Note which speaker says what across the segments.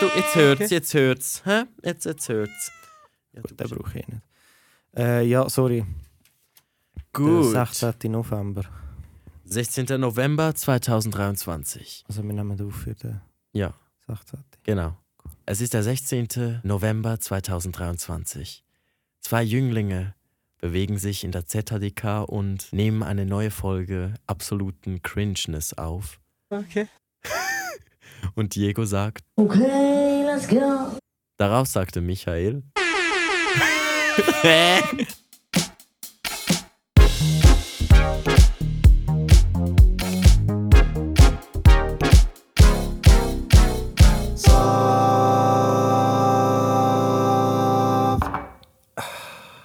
Speaker 1: Du, jetzt hört's, jetzt hört's. Hä? Jetzt, jetzt hört's. Ja, du
Speaker 2: Gut, den
Speaker 1: bist-
Speaker 2: brauche ich nicht. Äh, ja, sorry.
Speaker 1: Gut.
Speaker 2: Der 16. November.
Speaker 1: 16. November 2023.
Speaker 2: Also wir nehmen auf für den
Speaker 1: Ja,
Speaker 2: 16.
Speaker 1: genau. Es ist der 16. November 2023. Zwei Jünglinge bewegen sich in der ZHDK und nehmen eine neue Folge absoluten Cringeness auf.
Speaker 2: Okay.
Speaker 1: Und Diego sagt,
Speaker 3: Okay, let's go.
Speaker 1: darauf sagte Michael.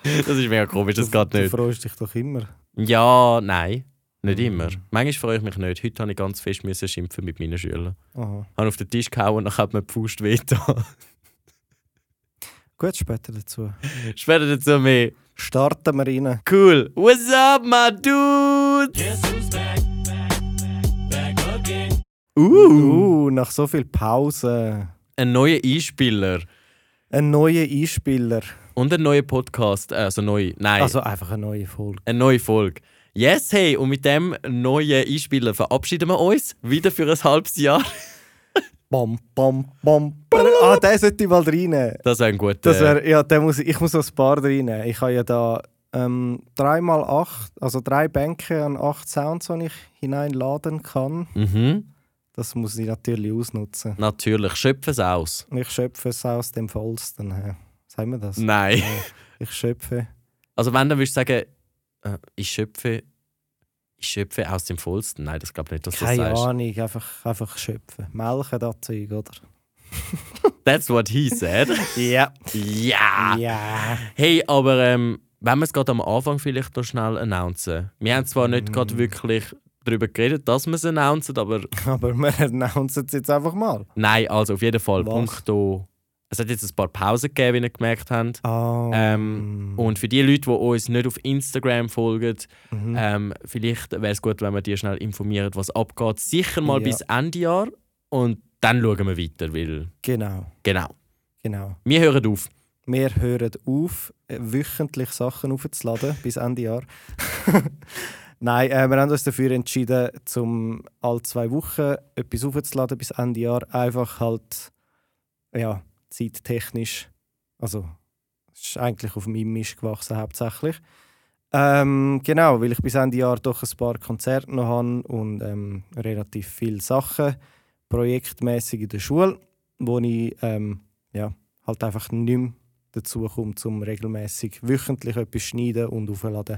Speaker 1: Das ist mega komisch, das geht
Speaker 2: Du
Speaker 1: nicht.
Speaker 2: freust dich doch immer.
Speaker 1: Ja, nein, nicht immer. Manchmal freue ich mich nicht. Heute habe ich ganz fest müssen schimpfen mit meinen Schülern.
Speaker 2: Aha.
Speaker 1: Habe auf den Tisch gehauen und dann hat mir die Faust wehgetan.
Speaker 2: Gut, später dazu.
Speaker 1: Später dazu mehr.
Speaker 2: Starten wir rein.
Speaker 1: Cool. What's up, my dude? Uh,
Speaker 2: Uh, nach so viel Pause.
Speaker 1: ein neuer Einspieler
Speaker 2: Ein neuer Einspieler.
Speaker 1: und ein neuer Podcast. äh, Also neu, nein,
Speaker 2: Also einfach eine neue Folge.
Speaker 1: eine neue Folge. Yes, hey, und mit dem neuen Einspieler verabschieden wir uns. Wieder für ein halbes Jahr.
Speaker 2: Bam, bam, bam. Ah, den sollte ich mal reinnehmen.
Speaker 1: Das wäre ein guter.
Speaker 2: Das wär, ja, den muss ich, ich muss noch ein paar reinnehmen. Ich habe ja da ähm, 3x8, also drei Bänke an acht Sounds, die ich hineinladen kann.
Speaker 1: mhm.
Speaker 2: Das muss ich natürlich ausnutzen.
Speaker 1: Natürlich, schöpfen es aus.
Speaker 2: Ich schöpfe es aus dem Vollsten. hä? Sagen wir das?
Speaker 1: Nein.
Speaker 2: Ich schöpfe.
Speaker 1: Also wenn, dann würdest du sagen, äh, ich schöpfe. Ich schöpfe aus dem Vollsten. Nein, das glaube ich nicht, dass du das
Speaker 2: Keine
Speaker 1: sagst.
Speaker 2: Ahnung, einfach, einfach schöpfen. Melken das Zeug, oder?
Speaker 1: That's what he said.
Speaker 2: Ja.
Speaker 1: Ja!
Speaker 2: Ja.
Speaker 1: Hey, aber ähm, wenn wir es gerade am Anfang vielleicht noch schnell announcen. Wir haben zwar
Speaker 2: Mm.
Speaker 1: nicht gerade wirklich darüber geredet, dass wir es announcen, aber
Speaker 2: Aber wir announcen es jetzt einfach mal.
Speaker 1: nein, also auf jeden Fall.
Speaker 2: Was?
Speaker 1: Punkto. Es hat jetzt ein paar Pausen gegeben, wie ihr gemerkt habt.
Speaker 2: Oh.
Speaker 1: Ähm, und für die Leute, die uns nicht auf Instagram folgen,
Speaker 2: Mhm.
Speaker 1: ähm, vielleicht wäre es gut, wenn wir die schnell informieren, was abgeht. Sicher mal
Speaker 2: Ja.
Speaker 1: bis Ende Jahr und dann schauen wir weiter, weil
Speaker 2: Genau,
Speaker 1: genau.
Speaker 2: genau.
Speaker 1: Wir hören auf.
Speaker 2: Wir hören auf, äh, wöchentlich Sachen aufzuladen bis Ende Jahr. Nein, äh, wir haben uns dafür entschieden, zum alle zwei Wochen etwas aufzuladen bis Ende Jahr. Einfach halt, ja, zeittechnisch. Also, es ist eigentlich auf meinem Mist gewachsen hauptsächlich. Ähm, genau, weil ich bis Ende Jahr doch ein paar Konzerte noch habe und ähm, relativ viele Sachen, projektmäßig in der Schule, wo ich ähm, halt einfach nicht mehr dazu kommt, um regelmäßig wöchentlich etwas schneiden und aufladen.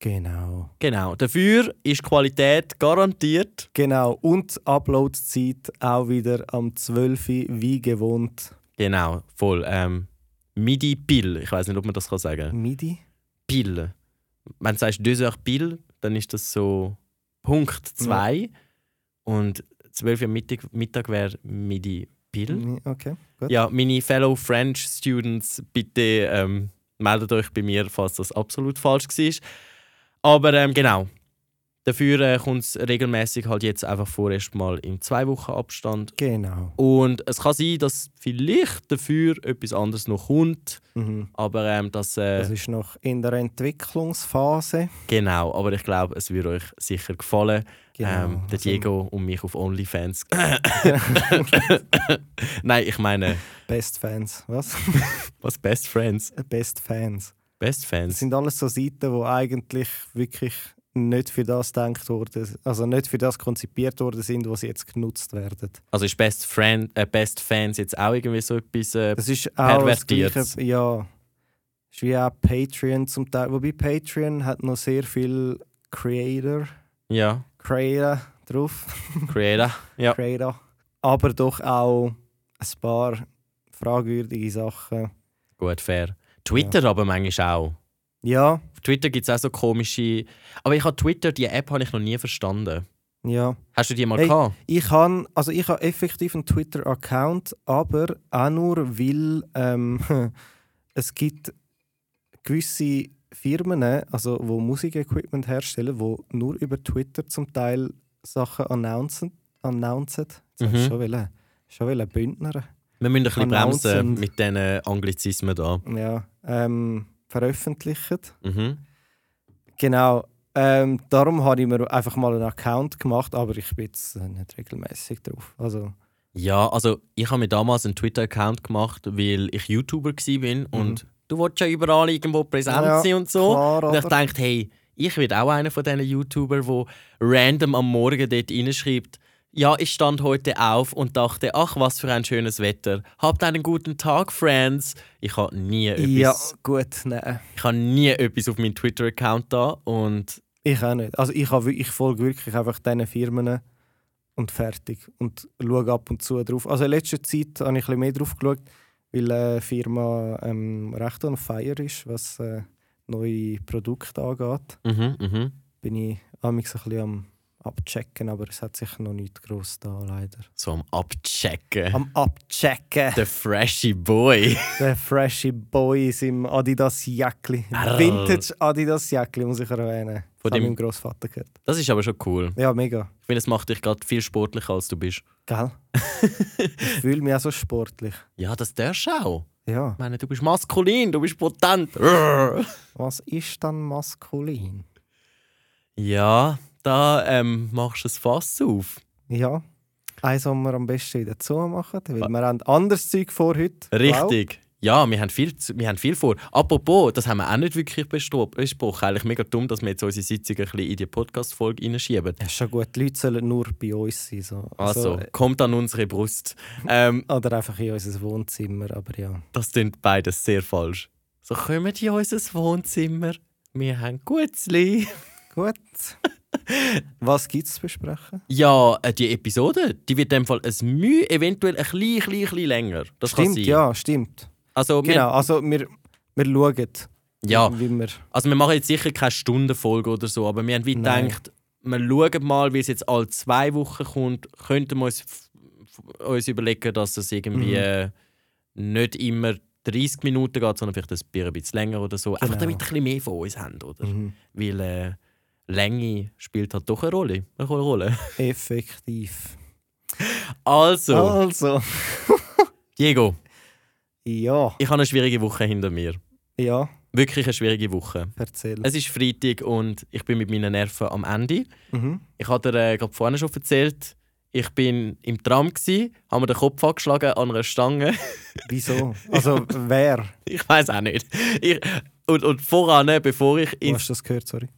Speaker 2: Genau.
Speaker 1: Genau. Dafür ist Qualität garantiert.
Speaker 2: Genau. Und Upload-Zeit auch wieder am 12. Uhr, wie gewohnt.
Speaker 1: Genau, voll. Ähm, Midi Pil. Ich weiß nicht, ob man das kann sagen kann.
Speaker 2: Midi?
Speaker 1: Pil. Wenn du sagst deux heures Pil, dann ist das so Punkt 2. Und 12 Uhr Mittag, Mittag wäre Midi Pil.
Speaker 2: Mi- Okay. Gut.
Speaker 1: Ja, meine fellow French Students, bitte ähm, meldet euch bei mir, falls das absolut falsch war. Aber ähm, genau. Dafür äh, kommt es regelmäßig halt jetzt einfach vorerst mal im zwei Wochen Abstand.
Speaker 2: Genau.
Speaker 1: Und es kann sein, dass vielleicht dafür etwas anderes noch kommt,
Speaker 2: Mhm. Also
Speaker 1: aber ähm, das, äh,
Speaker 2: Das ist noch in der Entwicklungsphase.
Speaker 1: genau. Aber ich glaube, es wird euch sicher gefallen.
Speaker 2: Genau.
Speaker 1: Ähm, der
Speaker 2: Also-
Speaker 1: Diego und mich auf OnlyFans. Nein, ich meine,
Speaker 2: Best Fans. Was?
Speaker 1: was Best Friends?
Speaker 2: Best Fans.
Speaker 1: Best
Speaker 2: Das
Speaker 1: Fans.
Speaker 2: sind alles so Seiten, wo eigentlich wirklich nicht für das gedacht wurden, also nicht für das konzipiert worden sind, was jetzt genutzt werden.
Speaker 1: Also ist Best Friend, äh, Best Fans jetzt auch irgendwie so etwas? Äh,
Speaker 2: Das ist auch das
Speaker 1: Pervertiert.
Speaker 2: Gleiche, ja. Ist wie auch Patreon zum Teil. Wobei Patreon hat noch sehr viel Creator,
Speaker 1: ja,
Speaker 2: Creator drauf.
Speaker 1: Creator. Ja.
Speaker 2: Creator. Aber doch auch ein paar fragwürdige Sachen.
Speaker 1: Gut, fair. Twitter aber manchmal auch.
Speaker 2: Ja,
Speaker 1: Auf Twitter gibt es auch so komische. Aber ich habe Twitter, die App habe ich noch nie verstanden.
Speaker 2: ja.
Speaker 1: Hast du die mal
Speaker 2: Hey,
Speaker 1: gehabt?
Speaker 2: Ich habe also ich habe effektiv einen Twitter-Account, aber auch nur, weil ähm, es gibt gewisse Firmen, also wo Musikequipment herstellen, wo nur über Twitter zum Teil Sachen announcen, announcen. Jetzt hab ich
Speaker 1: Mhm.
Speaker 2: schon wollen. Schon will Bündner.
Speaker 1: Wir müssen ein bisschen
Speaker 2: Announced
Speaker 1: bremsen
Speaker 2: und-
Speaker 1: mit diesen Anglizismen da.
Speaker 2: Ja. Ähm, veröffentlicht.
Speaker 1: Mhm.
Speaker 2: Genau. Ähm, darum habe ich mir einfach mal einen Account gemacht, aber ich bin jetzt äh, nicht regelmäßig drauf. Also,
Speaker 1: Ja, also ich habe mir damals einen Twitter-Account gemacht, weil ich YouTuber war und du wolltest ja überall irgendwo präsent
Speaker 2: Mhm. Ja,
Speaker 1: sein und so.
Speaker 2: klar,
Speaker 1: und ich
Speaker 2: aber-
Speaker 1: dachte, hey, ich werde auch einer von diesen YouTuber, wo random am Morgen dort reinschreibt, ja, ich stand heute auf und dachte, ach, was für ein schönes Wetter. Habt einen guten Tag, Friends. Ich habe nie etwas,
Speaker 2: ja, gut, nein.
Speaker 1: ich habe nie etwas auf meinem Twitter-Account da und
Speaker 2: Ich auch nicht. Also ich, habe, ich folge wirklich einfach diesen Firmen und fertig. Und schaue ab und zu drauf. Also in letzter Zeit habe ich ein bisschen mehr drauf geschaut, weil eine Firma ähm, recht on fire ist, was äh, neue Produkte angeht.
Speaker 1: mhm, mhm.
Speaker 2: Bin ich amigs ein bisschen am abchecken, aber es hat sich noch nicht gross da leider.
Speaker 1: so am Abchecken.
Speaker 2: Am abchecken!
Speaker 1: Der freshy Boy.
Speaker 2: Der freshy Boy ist im Adidas Jackli.
Speaker 1: Arr.
Speaker 2: Vintage Adidas Jackli, muss ich erwähnen.
Speaker 1: Von
Speaker 2: Von dem
Speaker 1: dem-
Speaker 2: meinem Grossvater gehört.
Speaker 1: Das ist aber schon cool.
Speaker 2: Ja, mega.
Speaker 1: Ich finde, es macht dich gerade viel sportlicher, als du bist.
Speaker 2: Gell? ich fühle mich auch so sportlich.
Speaker 1: Ja, das darfst du auch.
Speaker 2: Ja.
Speaker 1: Ich meine, du bist maskulin, du bist potent. Rrr.
Speaker 2: Was ist dann maskulin?
Speaker 1: Ja, da ähm, machst du ein Fass auf.
Speaker 2: Ja. Eins, was wir am besten wieder zumachen, weil wir haben anderes Zeug vor heute.
Speaker 1: Ah. Richtig. Ja, wir haben, viel, zu- wir haben viel vor. Apropos, das haben wir auch nicht wirklich bestro- besprochen. Eigentlich mega dumm, dass wir jetzt unsere Sitzung ein bisschen in die Podcast-Folge reinschieben.
Speaker 2: Wow. Ist schon gut, die Leute sollen nur bei uns sein. So. äh,
Speaker 1: Also, kommt an unsere Brust. Ähm,
Speaker 2: oder einfach in unser Wohnzimmer, aber ja.
Speaker 1: Das klingt beides sehr falsch. So kommen die in unser Wohnzimmer. Wir haben Gutzli.
Speaker 2: Gut. was gibt es zu besprechen?
Speaker 1: Ja, äh, die Episode, die wird in dem Fall ein Mühe, eventuell ein klein, klein, klein länger. Das kann
Speaker 2: stimmt,
Speaker 1: sein.
Speaker 2: ja, stimmt.
Speaker 1: Also, wir,
Speaker 2: Genau, also wir, wir schauen,
Speaker 1: ja.
Speaker 2: wie wir.
Speaker 1: Also wir machen jetzt sicher keine Stundenfolge oder so, aber wir haben wie
Speaker 2: Nein.
Speaker 1: gedacht, wir schauen mal, wie es jetzt alle zwei Wochen kommt, könnten wir uns, f- f- uns überlegen, dass es
Speaker 2: Mhm.
Speaker 1: irgendwie äh, nicht immer 30 Minuten geht, sondern vielleicht ein bisschen- ein bisschen länger oder so. Einfach
Speaker 2: Genau.
Speaker 1: damit wir ein bisschen mehr von uns haben, oder?
Speaker 2: Mhm.
Speaker 1: Weil äh, Länge spielt halt doch eine Rolle. Eine Rolle.
Speaker 2: Effektiv.
Speaker 1: Also,
Speaker 2: Also,
Speaker 1: Diego,
Speaker 2: ja,
Speaker 1: ich habe eine schwierige Woche hinter mir.
Speaker 2: ja,
Speaker 1: Wirklich eine schwierige Woche.
Speaker 2: erzähl.
Speaker 1: Es ist Freitag und ich bin mit meinen Nerven am Ende.
Speaker 2: Mhm.
Speaker 1: Ich hatte dir äh, gerade vorne schon erzählt, ich bin im Tram, gsi, habe mir den Kopf angeschlagen an einer Stange.
Speaker 2: Wieso? Also, wer?
Speaker 1: ich weiß auch nicht. Ich, und, und voran, bevor ich
Speaker 2: Du
Speaker 1: ins.
Speaker 2: hast das gehört, sorry.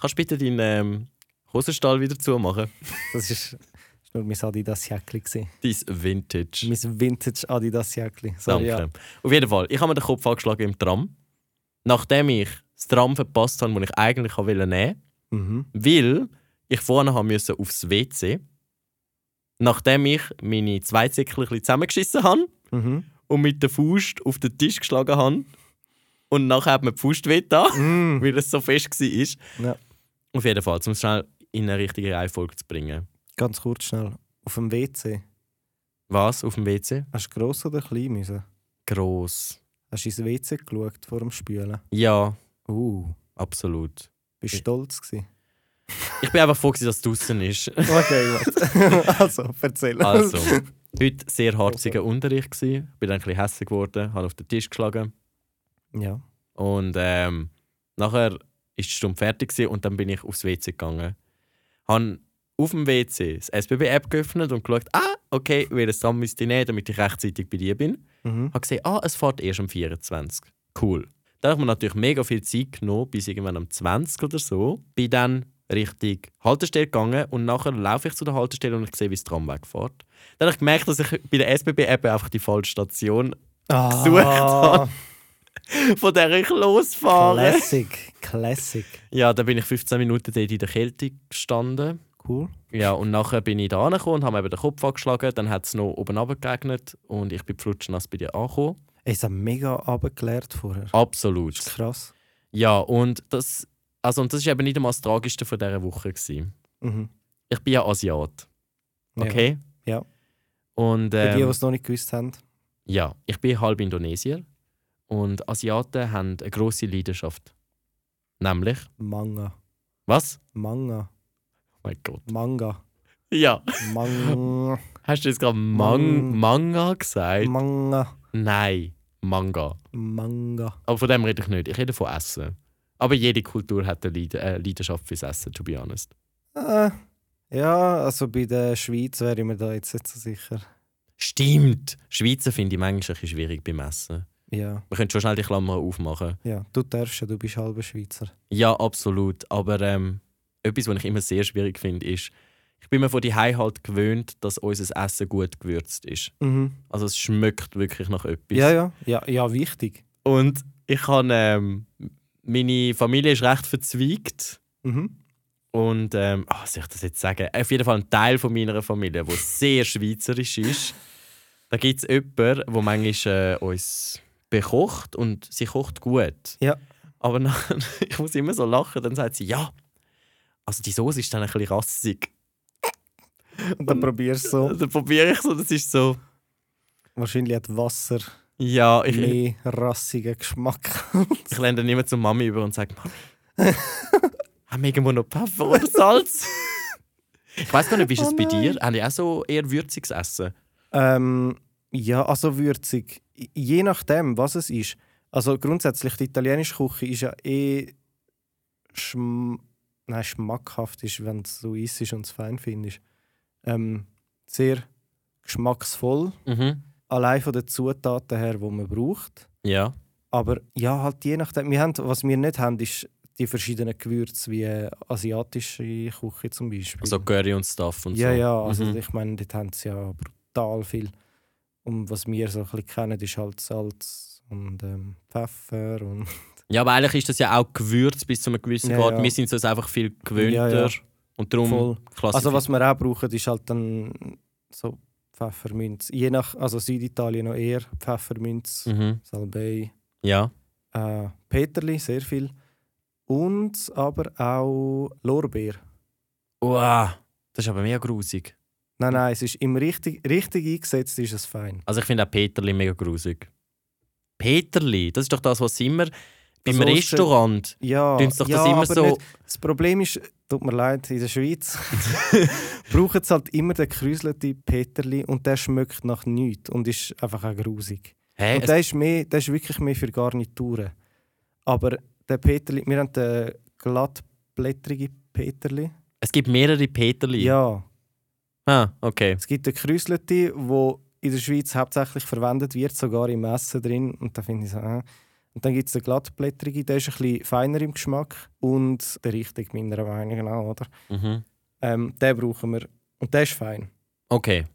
Speaker 1: Kannst du bitte deinen ähm, Hosenstall wieder zumachen?
Speaker 2: Das ist, ist nur mein Adidas-Jäckli. gewesen.
Speaker 1: Dein Vintage.
Speaker 2: Mein Vintage-Adidas-Jäckli.
Speaker 1: Danke.
Speaker 2: Sorry, ja.
Speaker 1: Auf jeden Fall, ich habe mir den Kopf angeschlagen im Tram. Nachdem ich das Tram verpasst habe, das ich eigentlich habe nehmen wollte.
Speaker 2: Mhm.
Speaker 1: weil ich vorne haben müssen aufs WC, nachdem ich meine zwei Zickel ein bisschen zusammengeschissen habe
Speaker 2: Mhm.
Speaker 1: und mit der Faust auf den Tisch geschlagen habe. Und nachher hat mir die Faust weh da,
Speaker 2: Mhm.
Speaker 1: weil es so fest war.
Speaker 2: Ja.
Speaker 1: Auf jeden Fall, um es schnell in eine richtige Reihenfolge zu bringen.
Speaker 2: Ganz kurz schnell. Auf dem WC.
Speaker 1: Was auf dem WC?
Speaker 2: Hast du gross oder klein müssen?
Speaker 1: Gross.
Speaker 2: Hast du ins WC geschaut vor dem Spülen?
Speaker 1: Ja,
Speaker 2: Uh.
Speaker 1: absolut.
Speaker 2: Bist du
Speaker 1: Ich-
Speaker 2: stolz gewesen?
Speaker 1: Ich bin einfach froh, gewesen, dass es draußen ist.
Speaker 2: Okay, was? also, erzähl.
Speaker 1: Also, heute sehr harziger Unterricht. gewesen. Ich bin dann ein bisschen hässlich geworden, habe auf den Tisch geschlagen.
Speaker 2: Ja.
Speaker 1: Und ähm, nachher war die Stunde fertig gewesen und dann bin ich aufs WC gegangen. Habe auf dem WC das SBB-App geöffnet und geschaut, ah, okay, welches Tram müsste ich nehmen, damit ich rechtzeitig bei dir bin.
Speaker 2: Mhm.
Speaker 1: Habe gesehen, ah, es fährt erst um 24. Cool. Da habe ich mir natürlich mega viel Zeit genommen, bis irgendwann um 20 oder so. Bin dann Richtung Haltestelle gegangen und nachher laufe ich zu der Haltestelle und ich sehe, wie das Tram wegfährt. Dann habe ich gemerkt, dass ich bei der SBB-App einfach die falsche Station, Gesucht
Speaker 2: Ah,
Speaker 1: von der ich losfahre.
Speaker 2: Classic. Classic.
Speaker 1: Ja, dann bin ich 15 Minuten dort in der Kälte gestanden.
Speaker 2: Cool.
Speaker 1: Ja, und nachher bin ich da angekommen und habe mir eben den Kopf angeschlagen. Dann hat es noch oben geregnet und ich bin flutschnass bei dir angekommen.
Speaker 2: Es hat mega abgeklärt vorher.
Speaker 1: Absolut.
Speaker 2: Krass.
Speaker 1: Ja, und das, also, und das ist eben nicht einmal das Tragischste von dieser Woche. Gewesen.
Speaker 2: Mhm.
Speaker 1: Ich bin ja Asiat,
Speaker 2: Ja.
Speaker 1: okay?
Speaker 2: Ja.
Speaker 1: Und
Speaker 2: Für die, die
Speaker 1: ähm,
Speaker 2: es noch nicht gewusst haben.
Speaker 1: ja, ich bin halb Indonesier und Asiaten haben eine grosse Leidenschaft. Nämlich,
Speaker 2: Manga.
Speaker 1: was?
Speaker 2: Manga.
Speaker 1: Oh mein Gott.
Speaker 2: Manga.
Speaker 1: Ja.
Speaker 2: Manga.
Speaker 1: Hast du jetzt gerade Mang Manga gesagt?
Speaker 2: Manga.
Speaker 1: Nein, Manga.
Speaker 2: Manga.
Speaker 1: Aber von dem rede ich nicht. Ich rede von Essen. Aber jede Kultur hat eine Leid äh, Leidenschaft fürs Essen, to be honest.
Speaker 2: Äh, ja, also bei der Schweiz wäre ich mir da jetzt nicht so sicher.
Speaker 1: Stimmt! Schweizer finde ich manchmal ein bisschen schwierig beim Essen.
Speaker 2: Ja,
Speaker 1: Wir können schon schnell die Klammer aufmachen.
Speaker 2: ja. Du darfst ja, du bist halber Schweizer.
Speaker 1: Ja, absolut. Aber ähm, etwas, was ich immer sehr schwierig finde, ist, ich bin mir von die halt gewöhnt, dass unser Essen gut gewürzt ist.
Speaker 2: Mhm.
Speaker 1: Also es schmeckt wirklich nach etwas.
Speaker 2: Ja, ja, ja, ja, wichtig.
Speaker 1: Und ich habe, ähm, meine Familie ist recht verzweigt.
Speaker 2: Mhm.
Speaker 1: Und, ähm, ah, was soll ich das jetzt sagen? Auf jeden Fall ein Teil von meiner Familie, der sehr schweizerisch ist. Da gibt es jemanden, der manchmal äh, uns bekocht und sie kocht gut.
Speaker 2: Ja.
Speaker 1: Aber nachher, ich muss immer so lachen, dann sagt sie, ja, also die Soße ist dann ein bisschen rassig. Also
Speaker 2: Und dann probierst du so.
Speaker 1: Dann probiere ich so, das ist so,
Speaker 2: Wahrscheinlich hat Wasser
Speaker 1: ja, ich, ich,
Speaker 2: mehr rassigen Geschmack.
Speaker 1: ich lerne dann immer zur Mami über und sage, Mami, haben wir irgendwo noch Pfeffer oder Salz? ich weiß gar nicht, wie ist es
Speaker 2: Oh
Speaker 1: bei
Speaker 2: nein.
Speaker 1: dir? Haben die auch so eher würziges Essen?
Speaker 2: Ähm, ja, also würzig. Je nachdem, was es ist. Also grundsätzlich, die italienische Küche ist ja eh schm Nein, schmackhaft, ist, wenn es so ist und es fein findest. Ähm, sehr geschmacksvoll,
Speaker 1: Mhm.
Speaker 2: allein von den Zutaten her, die man braucht.
Speaker 1: Ja.
Speaker 2: Aber ja, halt je nachdem. Wir haben, was wir nicht haben, ist die verschiedenen Gewürze, wie äh, asiatische Küche zum Beispiel.
Speaker 1: Also Curry und Stuff und
Speaker 2: Mhm. Ja,
Speaker 1: so.
Speaker 2: ja, also
Speaker 1: Mhm.
Speaker 2: ich meine, dort haben sie ja brutal viel. Und was wir so ein bisschen kennen, ist halt Salz und ähm, Pfeffer und
Speaker 1: ja, aber eigentlich ist das ja auch gewürzt bis zu einem gewissen
Speaker 2: Ja,
Speaker 1: Grad.
Speaker 2: ja.
Speaker 1: Wir sind uns einfach viel gewöhnter. Also
Speaker 2: Ja, ja.
Speaker 1: Und darum
Speaker 2: Voll.
Speaker 1: klassisch.
Speaker 2: Also was wir auch brauchen, ist halt dann so Pfefferminz. Je nach, also Süditalien noch eher Pfefferminz,
Speaker 1: Mhm.
Speaker 2: Salbei,
Speaker 1: Ja.
Speaker 2: äh, Peterli, sehr viel. Und aber auch Lorbeer.
Speaker 1: Wow. Das ist aber mega grusig.
Speaker 2: Nein, nein, es ist im richtig, richtig eingesetzt ist es fein.
Speaker 1: Also ich finde auch Peterli mega grusig. Peterli, das ist doch das, was immer beim
Speaker 2: Oster-
Speaker 1: Restaurant.
Speaker 2: Ja,
Speaker 1: Tun's doch
Speaker 2: Ah, ja,
Speaker 1: das immer
Speaker 2: aber
Speaker 1: so-
Speaker 2: Nicht. Das Problem ist, tut mir leid, in der Schweiz brauchen sie halt immer den gekräuselten Peterli und der schmeckt nach nichts und ist einfach auch grusig.
Speaker 1: Hä?
Speaker 2: Und der ist, mehr, der ist wirklich mehr für Garnituren. Aber der Peterli, wir haben den glattblättrigen Peterli.
Speaker 1: Es gibt mehrere Peterli.
Speaker 2: Ja,
Speaker 1: Ah, okay.
Speaker 2: es gibt den gekräuselten, der in der Schweiz hauptsächlich verwendet wird, sogar im Essen drin. Und da finde ich so, äh. Und dann gibt es den glattblättrigen, der ist ein bisschen feiner im Geschmack und der richtig meiner Meinung nach, oder?
Speaker 1: Mhm.
Speaker 2: Ähm, den brauchen wir. Und der ist fein.
Speaker 1: Okay.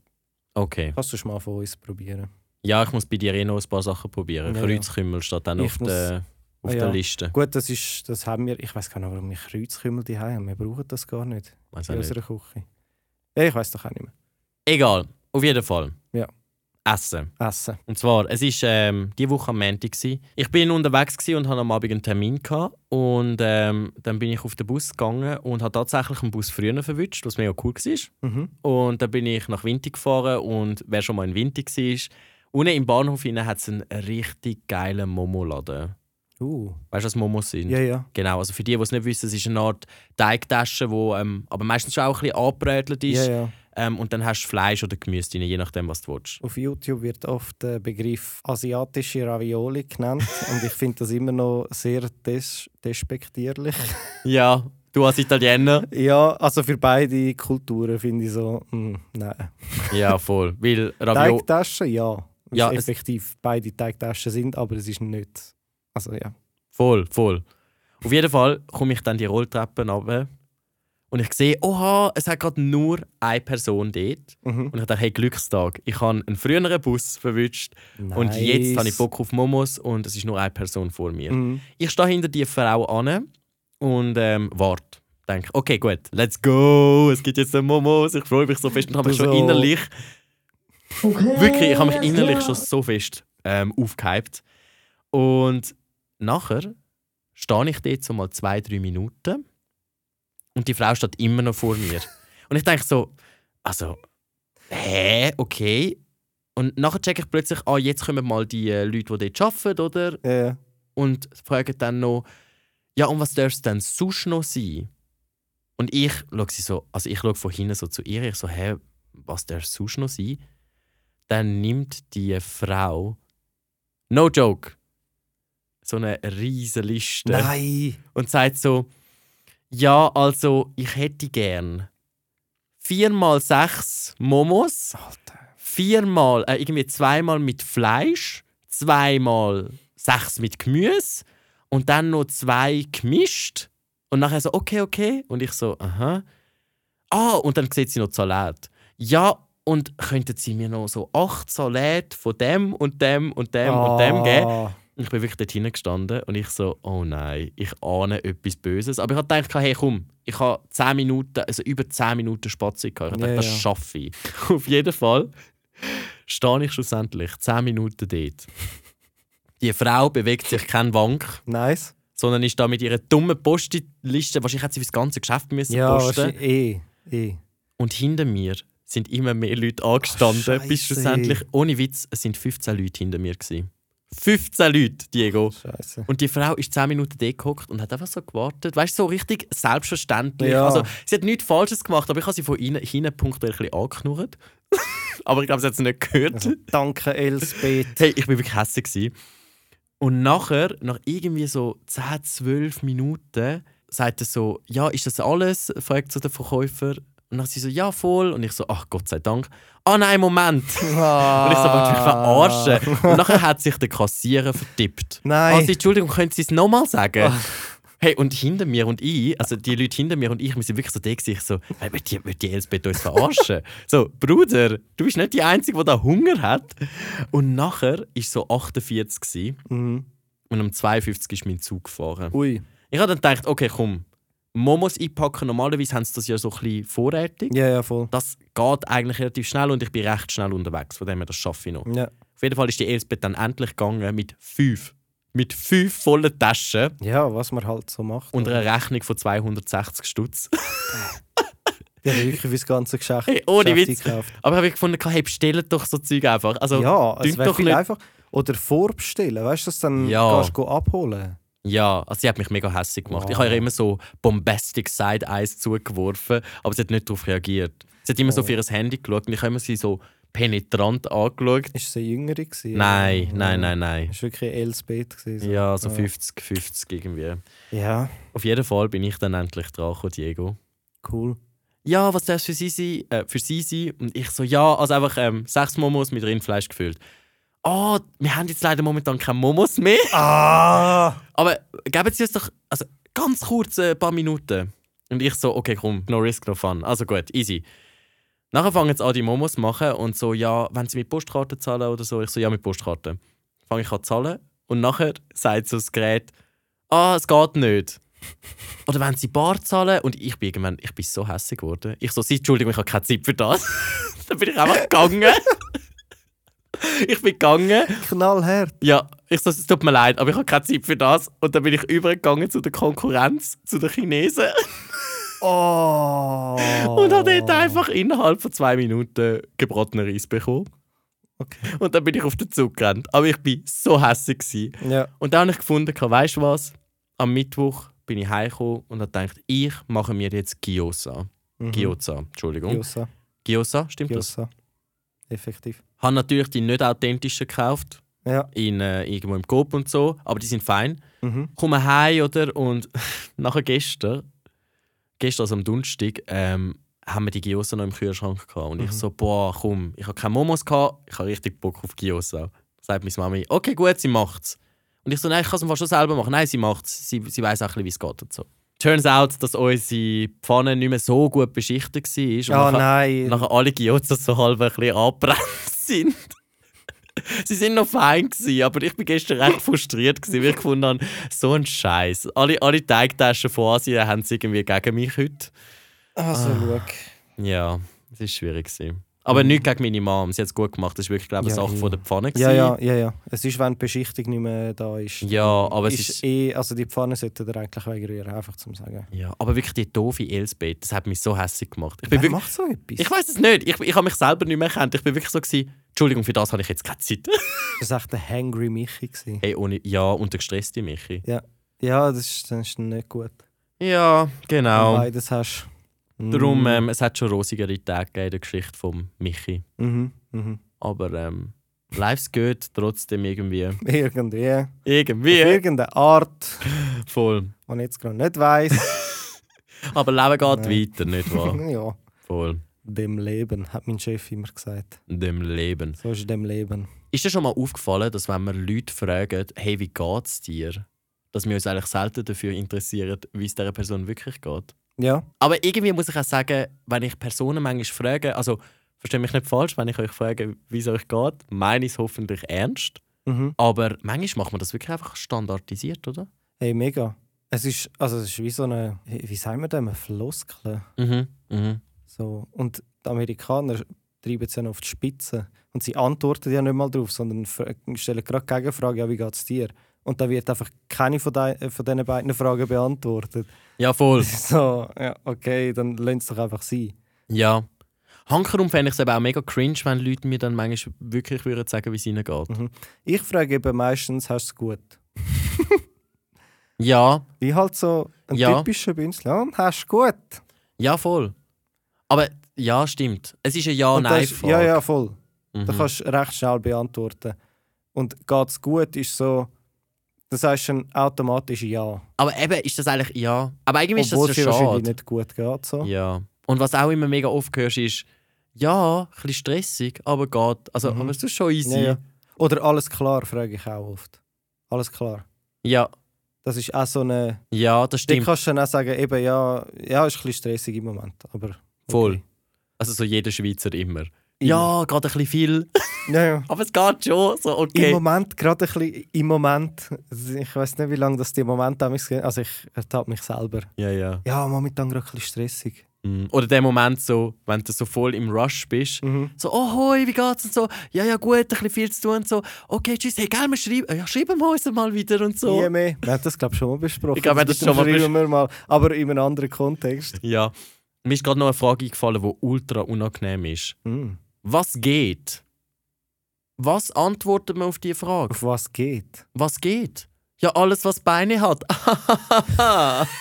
Speaker 1: Okay.
Speaker 2: Kannst du schon mal von uns probieren.
Speaker 1: Ja, ich muss bei dir eh noch ein paar Sachen probieren.
Speaker 2: Ja, ja.
Speaker 1: Kreuzkümmel steht dann
Speaker 2: Ich
Speaker 1: auf,
Speaker 2: muss-
Speaker 1: der, auf
Speaker 2: Ah,
Speaker 1: der
Speaker 2: ja.
Speaker 1: Liste.
Speaker 2: Gut, das, ist, das haben wir. Ich weiß gar nicht, warum wir Kreuzkümmel die haben. Wir brauchen das gar nicht
Speaker 1: Weiss auch
Speaker 2: in
Speaker 1: nicht.
Speaker 2: unserer Küche. Ja, ich weiß doch auch nicht mehr.
Speaker 1: Egal, auf jeden Fall.
Speaker 2: Ja.
Speaker 1: Essen.
Speaker 2: Essen.
Speaker 1: Und zwar, es war ähm, diese Woche am Montag. Gewesen. Ich bin unterwegs gewesen und hatte am Abend einen Termin. Gehabt. Und ähm, dann bin ich auf den Bus gegangen und habe tatsächlich einen Bus früher verwünscht, was mega cool war.
Speaker 2: Mhm.
Speaker 1: Und dann bin ich nach Winti gefahren und wer schon mal in Winti war, unten im Bahnhof hat es einen richtig geilen Momo-Laden.
Speaker 2: Uh.
Speaker 1: Weißt du, was Momos sind?
Speaker 2: Ja, ja.
Speaker 1: Genau, also für die, die es nicht wissen, es ist eine Art Teigtasche, die ähm, aber meistens schon auch ein bisschen angebrötelt ist.
Speaker 2: ja, ja.
Speaker 1: Ähm, und dann hast du Fleisch oder Gemüse drin, je nachdem, was du willst.
Speaker 2: Auf YouTube wird oft der Begriff asiatische Ravioli genannt. und ich finde das immer noch sehr des despektierlich.
Speaker 1: Ja, du als Italiener.
Speaker 2: ja, also für beide Kulturen finde ich so, mm, nein.
Speaker 1: ja, voll. Weil Ravioli.
Speaker 2: Teigtaschen, ja.
Speaker 1: Ja,
Speaker 2: Ja,
Speaker 1: es-
Speaker 2: effektiv beide Teigtaschen sind, aber es ist nicht. Also ja.
Speaker 1: Voll, voll. Auf jeden Fall komme ich dann die Rolltreppen runter und ich sehe, oha, es hat gerade nur eine Person dort.
Speaker 2: Mhm.
Speaker 1: Und ich dachte, hey, Glückstag. Ich habe einen früheren Bus verwischt und
Speaker 2: Nice.
Speaker 1: jetzt habe ich Bock auf Momos und es ist nur eine Person vor mir.
Speaker 2: Mhm.
Speaker 1: Ich stehe hinter die Frau an und ähm, warte. Denke, okay, gut, let's go, es gibt jetzt den Momos. Ich freue mich so fest und habe mich
Speaker 2: Du
Speaker 1: schon
Speaker 2: so-
Speaker 1: innerlich
Speaker 3: Okay,
Speaker 1: Wirklich, ich habe mich
Speaker 3: let's
Speaker 1: innerlich
Speaker 3: go.
Speaker 1: schon so fest ähm, aufgehypt. Und nachher stehe ich dort so mal zwei, drei Minuten und die Frau steht immer noch vor mir. Und ich denke so, also, hä, okay. Und nachher checke ich plötzlich, ah, jetzt kommen mal die äh, Leute, die dort arbeiten, oder?
Speaker 2: Ja, ja.
Speaker 1: Und fragen dann noch, ja, und was darf es denn sonst noch sein? Und ich schaue sie so, also ich schaue von hinten so zu ihr, ich so, hä, was der sonst noch sein? Dann nimmt die Frau, no joke, so eine riesige Liste
Speaker 2: Nein!
Speaker 1: und sagt so, ja, also ich hätte gern viermal sechs Momos,
Speaker 2: Alter.
Speaker 1: viermal, äh, irgendwie zweimal mit Fleisch, zweimal sechs mit Gemüse und dann noch zwei gemischt. Und nachher so, okay, okay. Und ich so, aha. Ah, und dann sieht sie noch die Salat. Ja, und könnten sie mir noch so acht Salat von dem und dem und dem und dem geben?
Speaker 2: Ah.
Speaker 1: Ich bin wirklich dort hingestanden und ich so, oh nein, ich ahne etwas Böses. Aber ich habe gedacht, hey komm, ich habe 10 Minuten, also über 10 Minuten Spatzig gehabt. Ich habe
Speaker 2: Ja,
Speaker 1: gedacht,
Speaker 2: ja.
Speaker 1: das schaffe ich. Auf jeden Fall stehe ich schlussendlich 10 Minuten dort. Die Frau bewegt sich keinen Wank,
Speaker 2: Nice.
Speaker 1: sondern ist da mit ihrer dummen Postliste, wahrscheinlich hat sie für das ganze Geschäft müssen
Speaker 2: Ja,
Speaker 1: posten.
Speaker 2: wahrscheinlich. Eh. eh.
Speaker 1: Und hinter mir sind immer mehr Leute angestanden,
Speaker 2: Ach,
Speaker 1: bis
Speaker 2: Scheisse.
Speaker 1: schlussendlich, ohne Witz, es sind 15 Leute hinter mir. Gewesen. 15 Leute, Diego.
Speaker 2: Scheiße.
Speaker 1: Und die Frau ist 10 Minuten dort gehockt und hat einfach so gewartet. Weißt du, so richtig selbstverständlich.
Speaker 2: Ja.
Speaker 1: Also, sie hat nichts Falsches gemacht, aber ich habe sie von innen- hinten punktuell ein bisschen angeknurrt. aber ich glaube, sie hat es nicht gehört.
Speaker 2: Also, danke, Elsbeth.
Speaker 1: Hey, ich war wirklich hässlich. gewesen. Und nachher, nach irgendwie so 10, 12 Minuten, sagt er so: Ja, ist das alles? fragt so der Verkäufer. Und dann sie so: Ja, voll. Und ich so: Ach, Gott sei Dank. Ah, nein, Moment. Und ich so, wollte mich
Speaker 2: Ah.
Speaker 1: verarschen. Und nachher hat sich der Kassierer vertippt.
Speaker 2: Nein. Ah.
Speaker 1: Also, Entschuldigung, können Sie es nochmal sagen? Hey, und hinter mir und ich, also die Leute hinter mir und ich, wir sind wirklich so da gewesen, ich so, hey, will die, will die Elsbeth uns verarschen? so, Bruder, du bist nicht die Einzige, die da Hunger hat. Und nachher war so 48 gewesen,
Speaker 2: Mhm.
Speaker 1: und um 52 ist mein Zug gefahren.
Speaker 2: Ui.
Speaker 1: Ich habe dann gedacht, okay, komm, Momos einpacken, normalerweise haben sie das ja so ein bisschen vorrätig.
Speaker 2: Ja, ja, voll.
Speaker 1: Das geht eigentlich relativ schnell und ich bin recht schnell unterwegs, von dem her, das schaffe ich noch.
Speaker 2: Ja.
Speaker 1: Auf jeden Fall ist die Elsbeth dann endlich gegangen mit fünf. Mit fünf vollen Taschen
Speaker 2: ja, was man halt so macht.
Speaker 1: und einer Rechnung von 260 Stutz.
Speaker 2: Die haben wirklich fürs ganze Geschäft.
Speaker 1: Hey, ohne
Speaker 2: Geschäft
Speaker 1: Witz.
Speaker 2: eingekauft.
Speaker 1: Aber ich habe gefunden, hey, bestellt doch so Zeug einfach. Also,
Speaker 2: Ja,
Speaker 1: dünnt
Speaker 2: es wäre
Speaker 1: doch
Speaker 2: viel
Speaker 1: nicht-
Speaker 2: einfach. Oder vorbestellen, weißt du, das dann
Speaker 1: Ja.
Speaker 2: kannst du abholen.
Speaker 1: ja, also sie hat mich mega hässlich gemacht. Ich
Speaker 2: Wow.
Speaker 1: habe ihr immer so bombastic Side-Eyes zugeworfen, aber sie hat nicht darauf reagiert. Sie hat immer
Speaker 2: Oh.
Speaker 1: so auf ihr Handy geschaut und ich habe immer sie so penetrant angeschaut.
Speaker 2: Ist sie eine Jüngere gewesen?
Speaker 1: Nein, nein, nein, nein.
Speaker 2: Ist wirklich Elsbeth gewesen. so.
Speaker 1: Ja, so 50, 50 irgendwie.
Speaker 2: Ja,
Speaker 1: Auf jeden Fall bin ich dann endlich dran gekommen, Diego.
Speaker 2: cool.
Speaker 1: ja, was darf es für sie sein? Äh, für sie sein? Und ich so, ja, also einfach ähm, sechs Momos mit Rindfleisch gefüllt. Oh, wir haben jetzt leider momentan keine Momos mehr.
Speaker 2: Ah!
Speaker 1: Aber geben Sie uns doch also, ganz kurz äh, ein paar Minuten. Und ich so, okay, komm, no risk, no fun. Also gut, easy. Nachher fangen jetzt an, die Momos zu machen und so, ja, wenn Sie mit Postkarte zahlen oder so. Ich so, ja, mit Postkarte. Fange ich an zu zahlen und nachher sagt so das Gerät, ah, es geht nicht. Oder wenn Sie bar zahlen und ich bin irgendwann, ich bin so hässlich geworden. Ich so, Sie, Entschuldigung, ich habe keine Zeit für das. Dann bin ich einfach gegangen. ich bin gegangen
Speaker 2: Knallhart.
Speaker 1: ja, ich so, es tut mir leid, aber ich habe keine Zeit für das. Und dann bin ich übergegangen zu der Konkurrenz, zu den Chinesen.
Speaker 2: Oh!
Speaker 1: Und habe dort einfach innerhalb von zwei Minuten gebratenen Reis bekommen.
Speaker 2: Okay.
Speaker 1: Und dann bin ich auf den Zug gerannt. Aber ich bin so hässlich. Gewesen.
Speaker 2: Ja,
Speaker 1: Und dann habe ich gefunden, weißt du was? Am Mittwoch bin ich heimgekommen und habe gedacht, ich mache mir jetzt Gyoza. Gyoza, Entschuldigung.
Speaker 2: Gyosa.
Speaker 1: Gyoza, stimmt Mhm. das?
Speaker 2: Gyosa. Effektiv.
Speaker 1: Habe natürlich die nicht authentischen gekauft,
Speaker 2: Ja.
Speaker 1: in, äh, irgendwo im Coop und so, aber die sind fein.
Speaker 2: Mhm.
Speaker 1: komme heim oder und nachher gestern, gestern also am Donnerstag, ähm, haben wir die Gyoza noch im Kühlschrank gehabt und ich so boah komm, ich habe keine Momos gehabt, ich habe richtig Bock auf Gyoza. Sagt meine Mami, okay gut, sie macht's. Und ich so nein, ich kann es fast schon selber machen. Nein, sie macht's, sie, sie weiß auch ein bisschen, wie es geht und so. Turns out, dass unsere Pfanne nicht mehr so gut beschichtet war.
Speaker 2: Oh
Speaker 1: und nachher-
Speaker 2: nein.
Speaker 1: nachher alle Gyozas so halb ein bisschen angebrannt sind. Sie sind noch fein gewesen, aber ich bin gestern recht frustriert gewesen, weil ich gefunden habe, so ein Scheiß. Alle, alle Teigtaschen von Asien haben es irgendwie gegen mich heute.
Speaker 2: Also, schau.
Speaker 1: Ja, es war schwierig. Gewesen. Aber nichts gegen meine Mom, sie hat es gut gemacht. Das war wirklich, glaube ich, eine
Speaker 2: Mhm. Ja,
Speaker 1: Sache
Speaker 2: eh.
Speaker 1: von der Pfanne.
Speaker 2: Ja,
Speaker 1: gewesen.
Speaker 2: ja, ja, ja. Es ist, wenn die Beschichtung nicht mehr da ist.
Speaker 1: ja, aber es
Speaker 2: ist,
Speaker 1: ist...
Speaker 2: eh, also die Pfanne sollten ihr eigentlich wegrühren, einfach zum Sagen.
Speaker 1: Ja, aber wirklich die doofe Elsbeth, das hat mich so hässlich gemacht. Ich bin
Speaker 2: Wer
Speaker 1: wirklich,
Speaker 2: macht so etwas?
Speaker 1: ich weiß es nicht, ich, ich habe mich selber nicht mehr erkannt. Ich bin wirklich so, gewesen, Entschuldigung, für das habe ich jetzt keine Zeit.
Speaker 2: das war echt der Hangry Michi. Gewesen.
Speaker 1: hey, ohne, ja, und der gestresste Michi.
Speaker 2: Ja, das ist, das ist nicht gut.
Speaker 1: Ja,
Speaker 2: Wenn du
Speaker 1: genau.
Speaker 2: beides hast.
Speaker 1: Darum, ähm, es hat schon rosigere Tage gegeben in der Geschichte von Michi.
Speaker 2: Mhm. Mhm.
Speaker 1: Aber ähm, Lives geht trotzdem irgendwie.
Speaker 2: Irgendwie. Auf
Speaker 1: Irgendwie.
Speaker 2: irgendeine Art,
Speaker 1: Voll.
Speaker 2: die ich jetzt gerade nicht weiss.
Speaker 1: Aber Leben geht weiter, nicht wahr?
Speaker 2: ja.
Speaker 1: Voll.
Speaker 2: Dem Leben, hat mein Chef immer gesagt.
Speaker 1: Dem Leben.
Speaker 2: So ist dem Leben.
Speaker 1: Ist dir schon mal aufgefallen, dass wenn wir Leute fragen, hey, wie geht's dir? Dass wir uns eigentlich selten dafür interessieren, wie es dieser Person wirklich geht.
Speaker 2: Ja.
Speaker 1: Aber irgendwie muss ich auch sagen, wenn ich Personen manchmal frage, also verstehe mich nicht falsch, wenn ich euch frage, wie es euch geht, meine ich es hoffentlich ernst.
Speaker 2: Mhm.
Speaker 1: Aber manchmal macht man das wirklich einfach standardisiert, oder?
Speaker 2: Hey, mega. Es ist, also es ist wie so eine, wie wie sagen wir das, eine Floskel.
Speaker 1: Mhm. mhm.
Speaker 2: So. Und die Amerikaner treiben es ja noch auf die Spitze. Und sie antworten ja nicht mal drauf, sondern fra- stellen gerade die Gegenfrage, ja, wie geht es dir? Und da wird einfach keine von, dei- äh, von diesen beiden Fragen beantwortet.
Speaker 1: Ja, voll.
Speaker 2: So, ja, okay, dann lass es doch einfach sein.
Speaker 1: Ja. Hankerum fände ich es eben auch mega cringe, wenn Leute mir dann manchmal wirklich würden sagen, wie es ihnen geht.
Speaker 2: Mhm. Ich frage eben meistens, hast du es gut?
Speaker 1: Ja,
Speaker 2: Wie halt so ein
Speaker 1: Ja.
Speaker 2: typischer Bünzler, ja, hast du es gut?
Speaker 1: ja, voll. Aber ja, stimmt. Es ist eine
Speaker 2: Und das ist-
Speaker 1: Ja-Nein-Frage.
Speaker 2: ja, ja, voll.
Speaker 1: Oh, Mhm.
Speaker 2: Da kannst du recht schnell beantworten. Und geht's gut, ist so, das heißt ein automatisches Ja.
Speaker 1: Aber eben ist das eigentlich ja. Aber irgendwie ist
Speaker 2: Obwohl
Speaker 1: das
Speaker 2: es
Speaker 1: schon
Speaker 2: dir wahrscheinlich
Speaker 1: schade.
Speaker 2: nicht gut geht. So.
Speaker 1: Ja. Und was auch immer mega oft hörst, ist, ja, ein bisschen stressig, aber geht. Also,
Speaker 2: Mhm.
Speaker 1: aber es ist schon easy.
Speaker 2: Ja, ja. Oder alles klar, frage ich auch oft. Alles klar.
Speaker 1: ja,
Speaker 2: Das ist auch so eine.
Speaker 1: ja, das
Speaker 2: Da
Speaker 1: stimmt.
Speaker 2: kannst du dann auch sagen, eben ja, ja, ist ein bisschen stressig im Moment. Aber okay.
Speaker 1: Voll. Also so jeder Schweizer immer.
Speaker 2: Immer.
Speaker 1: Ja, gerade ein bisschen viel,
Speaker 2: Ja, ja.
Speaker 1: aber es geht schon. So,
Speaker 2: Im
Speaker 1: okay.
Speaker 2: Moment, gerade ein bisschen im Moment. Ich weiß nicht, wie lange das die im Moment damals gehen. Also ich ertappe mich selber.
Speaker 1: Ja, ja.
Speaker 2: Ja, momentan gerade ein bisschen stressig.
Speaker 1: Mhm. Oder der Moment so, wenn du so voll im Rush bist. So, oh hoi, wie geht's und so. Ja, ja, gut, ein bisschen viel zu tun und so. Okay, tschüss, hey, gell, wir schreiben, ja, schreiben wir uns mal wieder und so.
Speaker 2: Nie mehr. Wir haben das, glaube ich, schon mal besprochen.
Speaker 1: Ich glaube, wir haben das
Speaker 2: mit dem
Speaker 1: schon mal
Speaker 2: Schreiben wir mal. Aber in einem anderen Kontext.
Speaker 1: Ja. Mir ist gerade noch eine Frage eingefallen, die ultra unangenehm ist.
Speaker 2: Hm.
Speaker 1: Was geht? Was antwortet man auf diese Frage?
Speaker 2: Auf was geht?
Speaker 1: Was geht? Ja, alles, was Beine hat.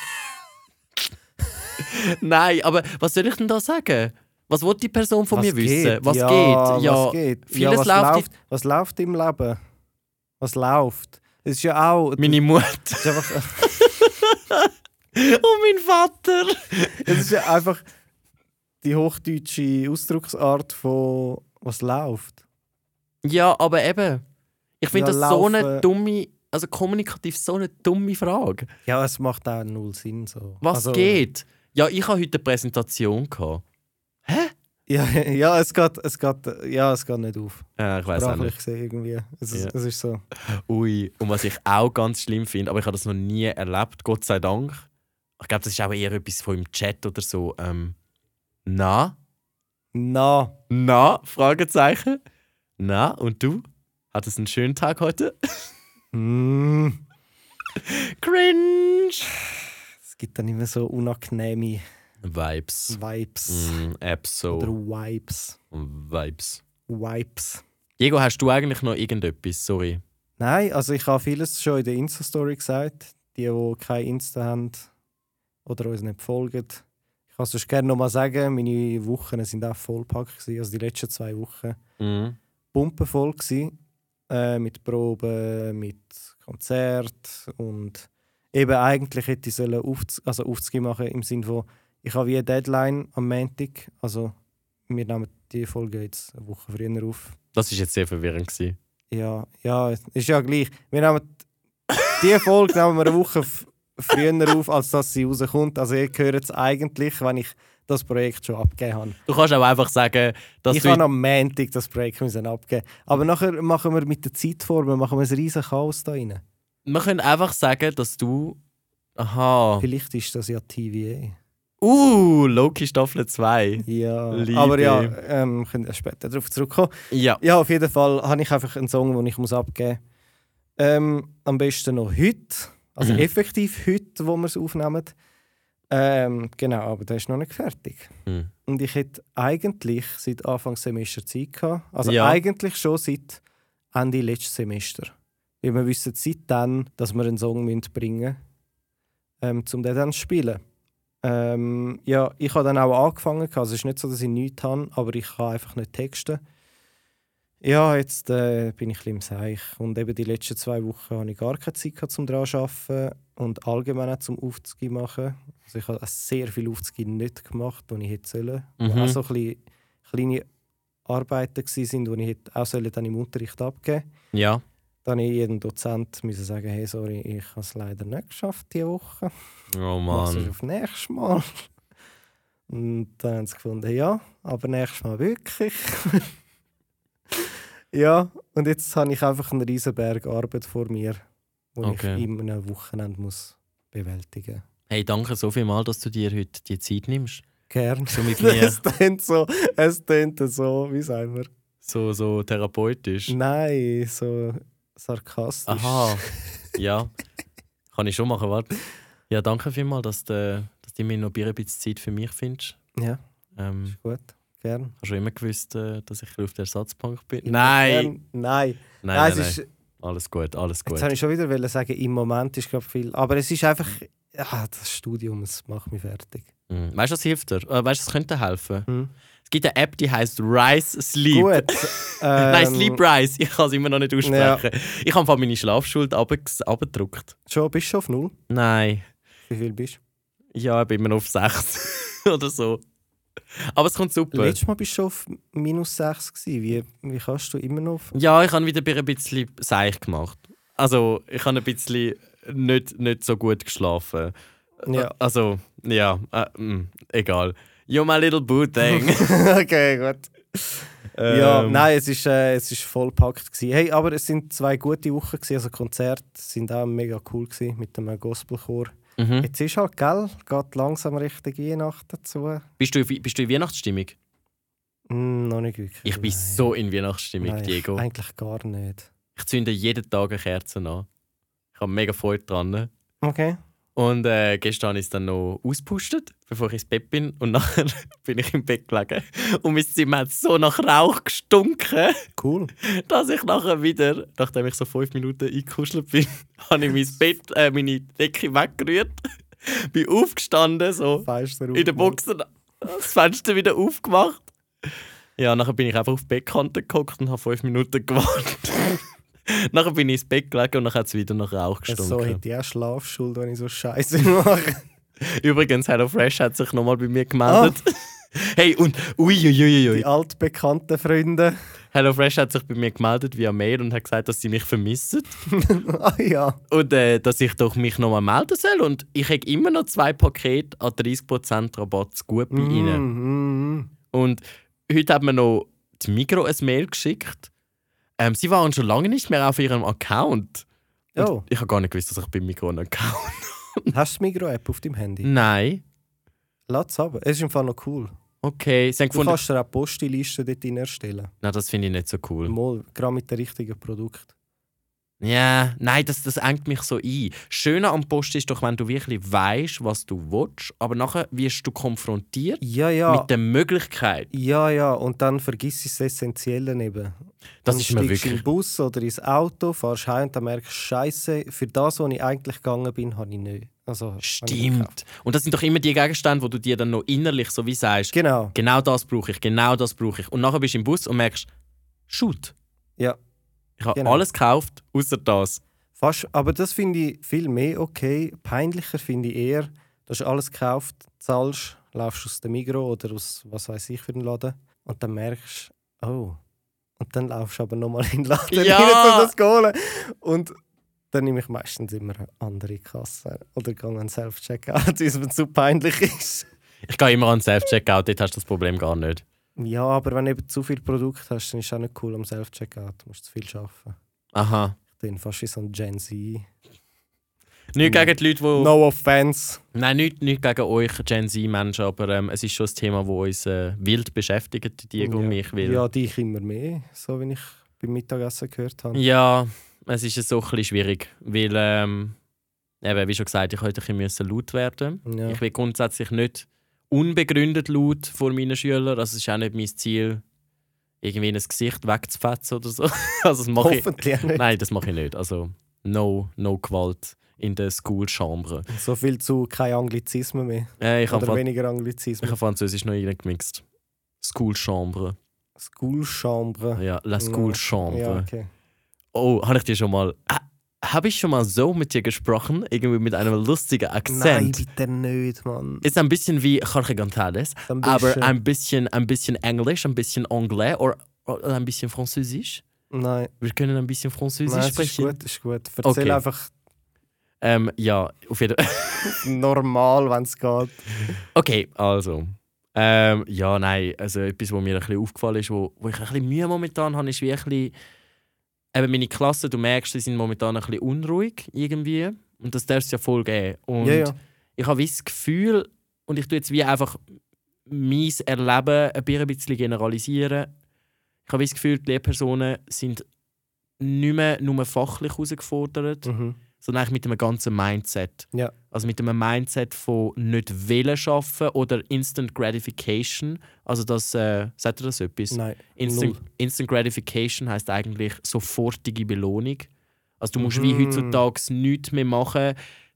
Speaker 1: Nein, aber was soll ich denn da sagen? Was will die Person von
Speaker 2: was
Speaker 1: mir wissen? Was
Speaker 2: ja,
Speaker 1: geht? Ja,
Speaker 2: was geht?
Speaker 1: vieles
Speaker 2: ja, was
Speaker 1: läuft
Speaker 2: läuft. Was läuft im Leben? Was läuft? Es ist ja auch.
Speaker 1: meine Mutter
Speaker 2: es ist einfach,
Speaker 1: und mein Vater.
Speaker 2: es ist ja einfach die hochdeutsche Ausdrucksart von was läuft.
Speaker 1: Ja, aber eben. Ich finde
Speaker 2: Ja,
Speaker 1: das so eine
Speaker 2: laufen.
Speaker 1: dumme, also kommunikativ so eine dumme Frage.
Speaker 2: Ja, es macht auch null Sinn so.
Speaker 1: Was
Speaker 2: Also,
Speaker 1: geht? Ja, ich habe heute eine Präsentation gehabt.
Speaker 2: Ja, ja, es geht, es geht, ja, es geht nicht auf.
Speaker 1: Äh, ich weiß auch nicht.
Speaker 2: Sprachlich gesehen irgendwie. Es ist,
Speaker 1: Ja.
Speaker 2: es ist so.
Speaker 1: Ui, und was ich auch ganz schlimm finde, aber ich habe das noch nie erlebt, Gott sei Dank. Ich glaube, das ist auch eher etwas von im Chat oder so. Ähm, na?
Speaker 2: Na.
Speaker 1: Na? Fragezeichen. Na, und du? Hattest einen schönen Tag heute?
Speaker 2: Mm.
Speaker 1: Cringe!
Speaker 2: Es gibt dann immer so unangenehme
Speaker 1: Vibes.
Speaker 2: Vibes.
Speaker 1: Mm,
Speaker 2: Oder
Speaker 1: Abso.
Speaker 2: Vibes.
Speaker 1: Vibes.
Speaker 2: Vibes.
Speaker 1: Diego, hast du eigentlich noch irgendetwas? Sorry.
Speaker 2: Nein, also ich habe vieles schon in der Insta-Story gesagt. Die, die kein Insta haben oder uns nicht folgen. Ich kann es sonst gerne nochmal sagen, meine Wochen sind auch vollpackt. gewesen. Also die letzten zwei Wochen.
Speaker 1: Mhm.
Speaker 2: pumpenvoll gsi äh, mit Proben, mit Konzert und eben eigentlich hätte ich sollen auf, also aufzugehen machen im Sinne von ich habe wie eine Deadline am Montag, also wir nehmen die Folge jetzt eine Woche früher auf.
Speaker 1: Das war jetzt sehr verwirrend. Gewesen.
Speaker 2: Ja, ja, ist ja gleich. Wir nehmen die Folge nehmen wir eine Woche f- früher auf, als dass sie rauskommt. Also ihr hört es eigentlich, wenn ich das Projekt schon abgegeben habe
Speaker 1: Du kannst auch einfach sagen, dass
Speaker 2: ich
Speaker 1: du.
Speaker 2: habe am Montag das Break müssen abgeben. Aber nachher machen wir mit der Zeitformel machen wir ein riesen Chaos da rein.
Speaker 1: Wir können einfach sagen, dass du. Aha.
Speaker 2: Vielleicht ist das ja TVA.
Speaker 1: Uh, Loki Staffel 2.
Speaker 2: Ja,
Speaker 1: Liebe.
Speaker 2: aber ja, ähm, können wir später darauf zurückkommen.
Speaker 1: Ja.
Speaker 2: Ja, auf jeden Fall habe ich einfach einen Song, den ich muss abgeben muss. Ähm, am besten noch heute. Also
Speaker 1: Mhm.
Speaker 2: effektiv heute, wo wir es aufnehmen. Ähm, genau, aber der ist noch nicht fertig.
Speaker 1: Mhm.
Speaker 2: Und ich hätte eigentlich seit Anfang Semester Zeit gehabt. Also
Speaker 1: Ja.
Speaker 2: eigentlich schon seit Ende letztes Semester. Weil wir wissen seit dann, dass wir einen Song müssen bringen müssen, ähm, um den dann zu spielen. Ähm, ja, ich habe dann auch angefangen. gehabt. Also es ist nicht so, dass ich nichts habe, aber ich kann einfach nicht texten. Ja, jetzt äh, bin ich ein bisschen im Seich. Und eben die letzten zwei Wochen habe ich gar keine Zeit gehabt, um daran zu arbeiten und allgemein auch zum Aufzugehen machen. Also ich habe auch sehr viel Aufzugehen nicht gemacht, die ich hätte sollen.
Speaker 1: Mhm.
Speaker 2: Mhm. Auch so ein bisschen kleine Arbeiten waren, die ich hätte auch sollen dann im Unterricht abgeben
Speaker 1: Ja.
Speaker 2: dann musste ich jedem Dozent müssen sagen, hey, sorry, ich habe es leider nicht geschafft diese Woche.
Speaker 1: Oh
Speaker 2: Machst du es
Speaker 1: Mann.
Speaker 2: auf nächstes Mal? Und dann haben sie gefunden, ja, aber nächstes Mal wirklich. ja, und jetzt habe ich einfach einen riesen Berg Arbeit vor mir, den
Speaker 1: Okay.
Speaker 2: ich in einem Wochenende muss bewältigen
Speaker 1: Hey, danke so viel mal, dass du dir heute die Zeit nimmst.
Speaker 2: muss. Gern.
Speaker 1: So mit mir.
Speaker 2: Es tönt so, es tönt so, wie sagen wir?
Speaker 1: so, so therapeutisch.
Speaker 2: Nein, so sarkastisch.
Speaker 1: Aha. Ja. Kann ich schon machen, warte. Ja, danke vielmals, dass du, dass du mir noch ein bisschen Zeit für mich findest.
Speaker 2: Ja,
Speaker 1: Ähm,
Speaker 2: ist gut. Gern.
Speaker 1: hast du immer gewusst, äh, dass ich ein bisschen auf der Ersatzbank bin? Nein!
Speaker 2: Gern. Nein.
Speaker 1: Nein,
Speaker 2: Ähm, Nein,
Speaker 1: nein,
Speaker 2: es
Speaker 1: nein.
Speaker 2: ist,
Speaker 1: Alles gut, alles gut.
Speaker 2: Jetzt habe ich schon wieder wollen sagen, im Moment ist gerade viel. Aber es ist einfach. Ah, das Studium, es macht mich fertig.
Speaker 1: Mhm. Weißt du, was hilft dir? Äh, Weißt du, was könnte helfen? Es gibt eine App, die heißt Rise Sleep.
Speaker 2: Hm. Gut.
Speaker 1: Nein,
Speaker 2: ähm,
Speaker 1: Sleep Rise. Ich kann es immer noch nicht aussprechen. Ich habe vor allem meine Schlafschuld abgedruckt.
Speaker 2: Schon, bist du schon auf Null?
Speaker 1: Nein.
Speaker 2: Wie viel bist du?
Speaker 1: Ja, ich bin immer noch auf 6 oder so. Aber es kommt super.
Speaker 2: Letztes Mal bist du schon auf minus 6 gewesen. Wie, wie kannst du immer noch auf.
Speaker 1: Ja, ich habe wieder ein bisschen seich gemacht. Also, ich habe ein bisschen nicht, nicht so gut geschlafen.
Speaker 2: Ja.
Speaker 1: Also, ja, äh, mm, egal. You're my little boo thing.
Speaker 2: okay, gut. Ja,
Speaker 1: Ähm,
Speaker 2: nein, es ist, äh, es ist vollpackt gewesen. Hey, aber es sind zwei gute Wochen gewesen. Also Konzerte sind auch mega cool gewesen mit dem Gospelchor.
Speaker 1: Mhm.
Speaker 2: Jetzt ist halt, gell, geht langsam Richtung Weihnachten zu.
Speaker 1: Bist, du, bist du in Weihnachtsstimmung?
Speaker 2: Hm, noch nicht wirklich.
Speaker 1: Ich bin
Speaker 2: nein.
Speaker 1: so in Weihnachtsstimmung,
Speaker 2: Nein,
Speaker 1: Diego.
Speaker 2: Eigentlich gar nicht.
Speaker 1: Ich zünde jeden Tag eine Kerze an. Ich habe mega Freude dran.
Speaker 2: Okay.
Speaker 1: Und äh, gestern ist dann noch auspustet, bevor ich ins Bett bin. Und nachher bin ich im Bett gelegen. Und mein Zimmer hat so nach Rauch gestunken,
Speaker 2: Cool.
Speaker 1: dass ich nachher wieder, nachdem ich so fünf Minuten eingekuschelt bin, habe ich mein Bett, äh, meine Decke weggerührt. bin aufgestanden, so
Speaker 2: Fenster
Speaker 1: in der Box das Fenster wieder aufgemacht. Ja, nachher bin ich einfach auf die Bettkante geguckt und habe fünf Minuten gewartet. nachher bin ich ins Bett gelegen und dann hat es wieder nach Rauch gestunken.
Speaker 2: Äh, So hätte ich auch Schlafschuld, wenn ich so Scheiße mache.
Speaker 1: Übrigens, HelloFresh hat sich nochmal bei mir gemeldet. hey, und uiuiuiui.
Speaker 2: Ah. Die altbekannten Freunde.
Speaker 1: HelloFresh hat sich bei mir gemeldet via Mail und hat gesagt, dass sie mich vermissen
Speaker 2: ah ja.
Speaker 1: und äh, dass ich doch mich nochmal melden soll. Und ich habe immer noch zwei Pakete an 30% Rabatt zu gut bei ihnen.
Speaker 2: Mm, mm,
Speaker 1: Und heute hat mir noch die Migro ein Mail geschickt. Ähm, sie waren schon lange nicht mehr auf ihrem Account. Und
Speaker 2: Oh.
Speaker 1: Ich habe gar nicht gewusst, dass ich bei Migro einen Account habe.
Speaker 2: mm. Hast du die Migro-App auf deinem Handy?
Speaker 1: Nein.
Speaker 2: Lass es haben. Es ist im Fall noch cool.
Speaker 1: Okay, sie haben
Speaker 2: Du
Speaker 1: gefunden.
Speaker 2: kannst dir auch Postlisten dort rein erstellen.
Speaker 1: Nein, das finde ich nicht so cool.
Speaker 2: Mal, gerade mit den richtigen Produkten.
Speaker 1: Ja, nein, das, das engt mich so ein. Schöner am Post ist doch, wenn du wirklich weißt, was du willst, aber nachher wirst du konfrontiert
Speaker 2: Ja, ja.
Speaker 1: mit der Möglichkeit.
Speaker 2: ja, ja, und dann vergiss das Essentielle eben.
Speaker 1: Das
Speaker 2: Dann
Speaker 1: ist mir
Speaker 2: steigst du in
Speaker 1: wirklich.
Speaker 2: den Bus oder ins Auto, fahrst heim und dann merkst du, Scheiße, für das, wo ich eigentlich gegangen bin, habe ich nicht. Also, habe ich nicht gekauft.
Speaker 1: Stimmt. Und das sind doch immer die Gegenstände, wo du dir dann noch innerlich so wie sagst,
Speaker 2: Genau.
Speaker 1: genau das brauche ich, genau das brauche ich. Und nachher bist du im Bus und merkst, shoot,
Speaker 2: Ja.
Speaker 1: ich habe
Speaker 2: Genau.
Speaker 1: alles gekauft, außer das.
Speaker 2: Fast, aber das finde ich viel mehr okay. Peinlicher finde ich eher, dass du alles gekauft, zahlst, laufst aus dem Migro oder aus was weiß ich für einen Laden und dann merkst du, oh. Und dann laufst du aber nochmal in den Laden
Speaker 1: Ja.
Speaker 2: rein, um das zu holen. Und dann nehme ich meistens immer eine andere Kasse oder gehe an Self-Checkout, weil es mir zu peinlich ist.
Speaker 1: Ich gehe immer an den Self-Checkout, dort hast du das Problem gar nicht.
Speaker 2: Ja, aber wenn du eben zu viel Produkt hast, dann ist es auch nicht cool am Self-Checkout. Du musst zu viel arbeiten.
Speaker 1: Aha.
Speaker 2: Ich bin fast wie so ein Gen Z.
Speaker 1: Nicht gegen die Leute, die.
Speaker 2: No offense.
Speaker 1: Nein, nicht, nicht gegen euch Gen Z-Menschen, aber ähm, es ist schon ein Thema, das uns äh, wild beschäftigt, Diego und
Speaker 2: Oh, ja.
Speaker 1: mich. Weil, ja.
Speaker 2: Ja, dich immer mehr, so wie ich beim Mittagessen gehört habe.
Speaker 1: es ist so ein bisschen schwierig, weil, ähm, eben, wie schon gesagt, ich heute ein bisschen müssen laut werden
Speaker 2: Ja.
Speaker 1: Ich will grundsätzlich nicht unbegründet laut vor meinen Schülern. Also es ist auch nicht mein Ziel, irgendwie in ein Gesicht wegzufetzen oder so. Also das mache ich.
Speaker 2: Hoffentlich auch nicht.
Speaker 1: Nein, das mache ich nicht. Also no, no Gewalt. in der School Chambre.
Speaker 2: So viel zu kein Anglizismen mehr.
Speaker 1: Äh, ich habe
Speaker 2: Oder
Speaker 1: Fran-
Speaker 2: weniger
Speaker 1: ich
Speaker 2: Anglizismen.
Speaker 1: habe Französisch noch reingemixt. School Chambre.
Speaker 2: School Chambre.
Speaker 1: Ja, la School Chambre.
Speaker 2: Ja, okay.
Speaker 1: Oh, habe ich dir schon mal. Ah, habe ich schon mal so mit dir gesprochen? Irgendwie mit einem lustigen
Speaker 2: Nein,
Speaker 1: Akzent?
Speaker 2: bitte nicht, Mann.
Speaker 1: Ist ein bisschen wie Jorge González,
Speaker 2: Ein
Speaker 1: aber
Speaker 2: bisschen.
Speaker 1: ein bisschen, ein bisschen Englisch, ein bisschen Anglais oder, oder ein bisschen Französisch.
Speaker 2: Nein,
Speaker 1: Wir können ein bisschen Französisch
Speaker 2: nein es ist
Speaker 1: sprechen.
Speaker 2: gut, ist gut. Erzähl
Speaker 1: Okay.
Speaker 2: einfach
Speaker 1: Ähm, ja, auf jeden Fall.
Speaker 2: normal, wenn es geht.
Speaker 1: Okay, also. Ähm, ja, nein, also etwas, was mir ein bisschen aufgefallen ist, wo, wo ich ein bisschen Mühe momentan habe, ist wie ein bisschen, eben meine Klasse, du merkst, die sind momentan ein bisschen unruhig irgendwie. Und das darf es ja voll geben. Und
Speaker 2: ja, ja.
Speaker 1: ich habe wie das Gefühl, und ich tue jetzt wie einfach mein Erleben ein bi- ein bisschen generalisieren. Ich habe wie das Gefühl, die Lehrpersonen sind nicht mehr nur fachlich herausgefordert,
Speaker 2: Mhm.
Speaker 1: sondern eigentlich mit einem ganzen Mindset.
Speaker 2: Ja.
Speaker 1: Also mit einem Mindset von nicht wollen schaffen oder Instant Gratification. Also das, äh, sagt ihr das etwas?
Speaker 2: Nein.
Speaker 1: Instant,
Speaker 2: null.
Speaker 1: Instant Gratification heißt eigentlich sofortige Belohnung. Also du musst wie
Speaker 2: Mhm.
Speaker 1: heutzutage nichts mehr machen,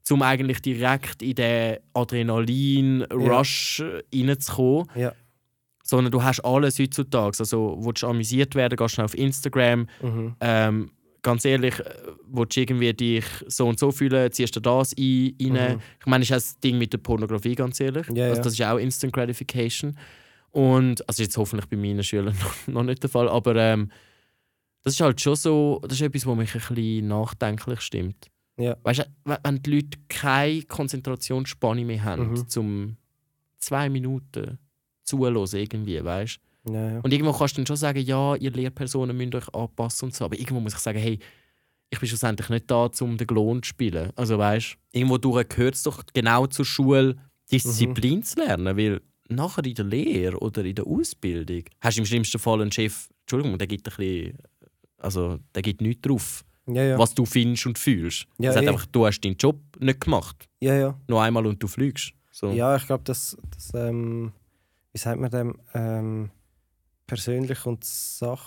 Speaker 1: um eigentlich direkt in den Adrenalin-Rush ja. reinzukommen.
Speaker 2: Ja.
Speaker 1: Sondern du hast alles heutzutage. Also willst du amüsiert werden, gehst du auf Instagram.
Speaker 2: Mhm.
Speaker 1: Ähm, ganz ehrlich, äh, willst du irgendwie dich so und so fühlen, ziehst du das ein, rein.
Speaker 2: Mhm.
Speaker 1: Ich meine, ist auch das Ding mit der Pornografie, ganz ehrlich.
Speaker 2: Ja,
Speaker 1: also,
Speaker 2: ja.
Speaker 1: das ist auch Instant Gratification. Und, also jetzt hoffentlich bei meinen Schülern noch, noch nicht der Fall, aber ähm, das ist halt schon so, das ist etwas, was mich ein bisschen nachdenklich stimmt.
Speaker 2: Ja.
Speaker 1: Weißt du, wenn- wenn die Leute keine Konzentrationsspanne mehr haben,
Speaker 2: Mhm.
Speaker 1: zum zwei Minuten zuhören irgendwie, weißt du?
Speaker 2: Ja, ja.
Speaker 1: Und irgendwo kannst du dann schon sagen, ja, ihr Lehrpersonen müsst euch anpassen und so. Aber irgendwo muss ich sagen, hey, ich bin schlussendlich nicht da, um den Klon zu spielen. Also weißt irgendwo durch gehört es doch genau zur Schule,
Speaker 2: Mhm.
Speaker 1: Disziplin zu lernen. Weil nachher in der Lehre oder in der Ausbildung hast du im schlimmsten Fall einen Chef, Entschuldigung, der gibt ein bisschen, also der gibt nichts drauf,
Speaker 2: Ja, ja.
Speaker 1: was du findest und fühlst.
Speaker 2: Ja,
Speaker 1: er sagt
Speaker 2: eh.
Speaker 1: einfach, du hast deinen Job nicht gemacht.
Speaker 2: ja, ja.
Speaker 1: Nur einmal und du fliegst. So.
Speaker 2: ja, ich glaube, das, das ähm, wie sagt man dem, ähm, persönlich und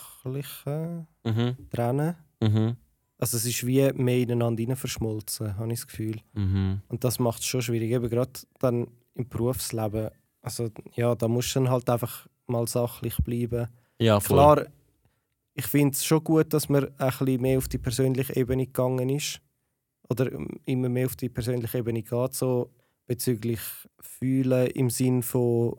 Speaker 2: sachliche
Speaker 1: Mhm.
Speaker 2: trennen.
Speaker 1: Mhm.
Speaker 2: Also es ist wie mehr ineinander rein verschmolzen, habe ich das Gefühl.
Speaker 1: Mhm.
Speaker 2: Und das macht es schon schwierig, eben gerade dann im Berufsleben. Also ja, da musst du dann halt einfach mal sachlich bleiben.
Speaker 1: Ja, voll.
Speaker 2: Klar, ich finde es schon gut, dass man ein bisschen mehr auf die persönliche Ebene gegangen ist. Oder ähm, immer mehr auf die persönliche Ebene geht, so bezüglich Fühlen im Sinn von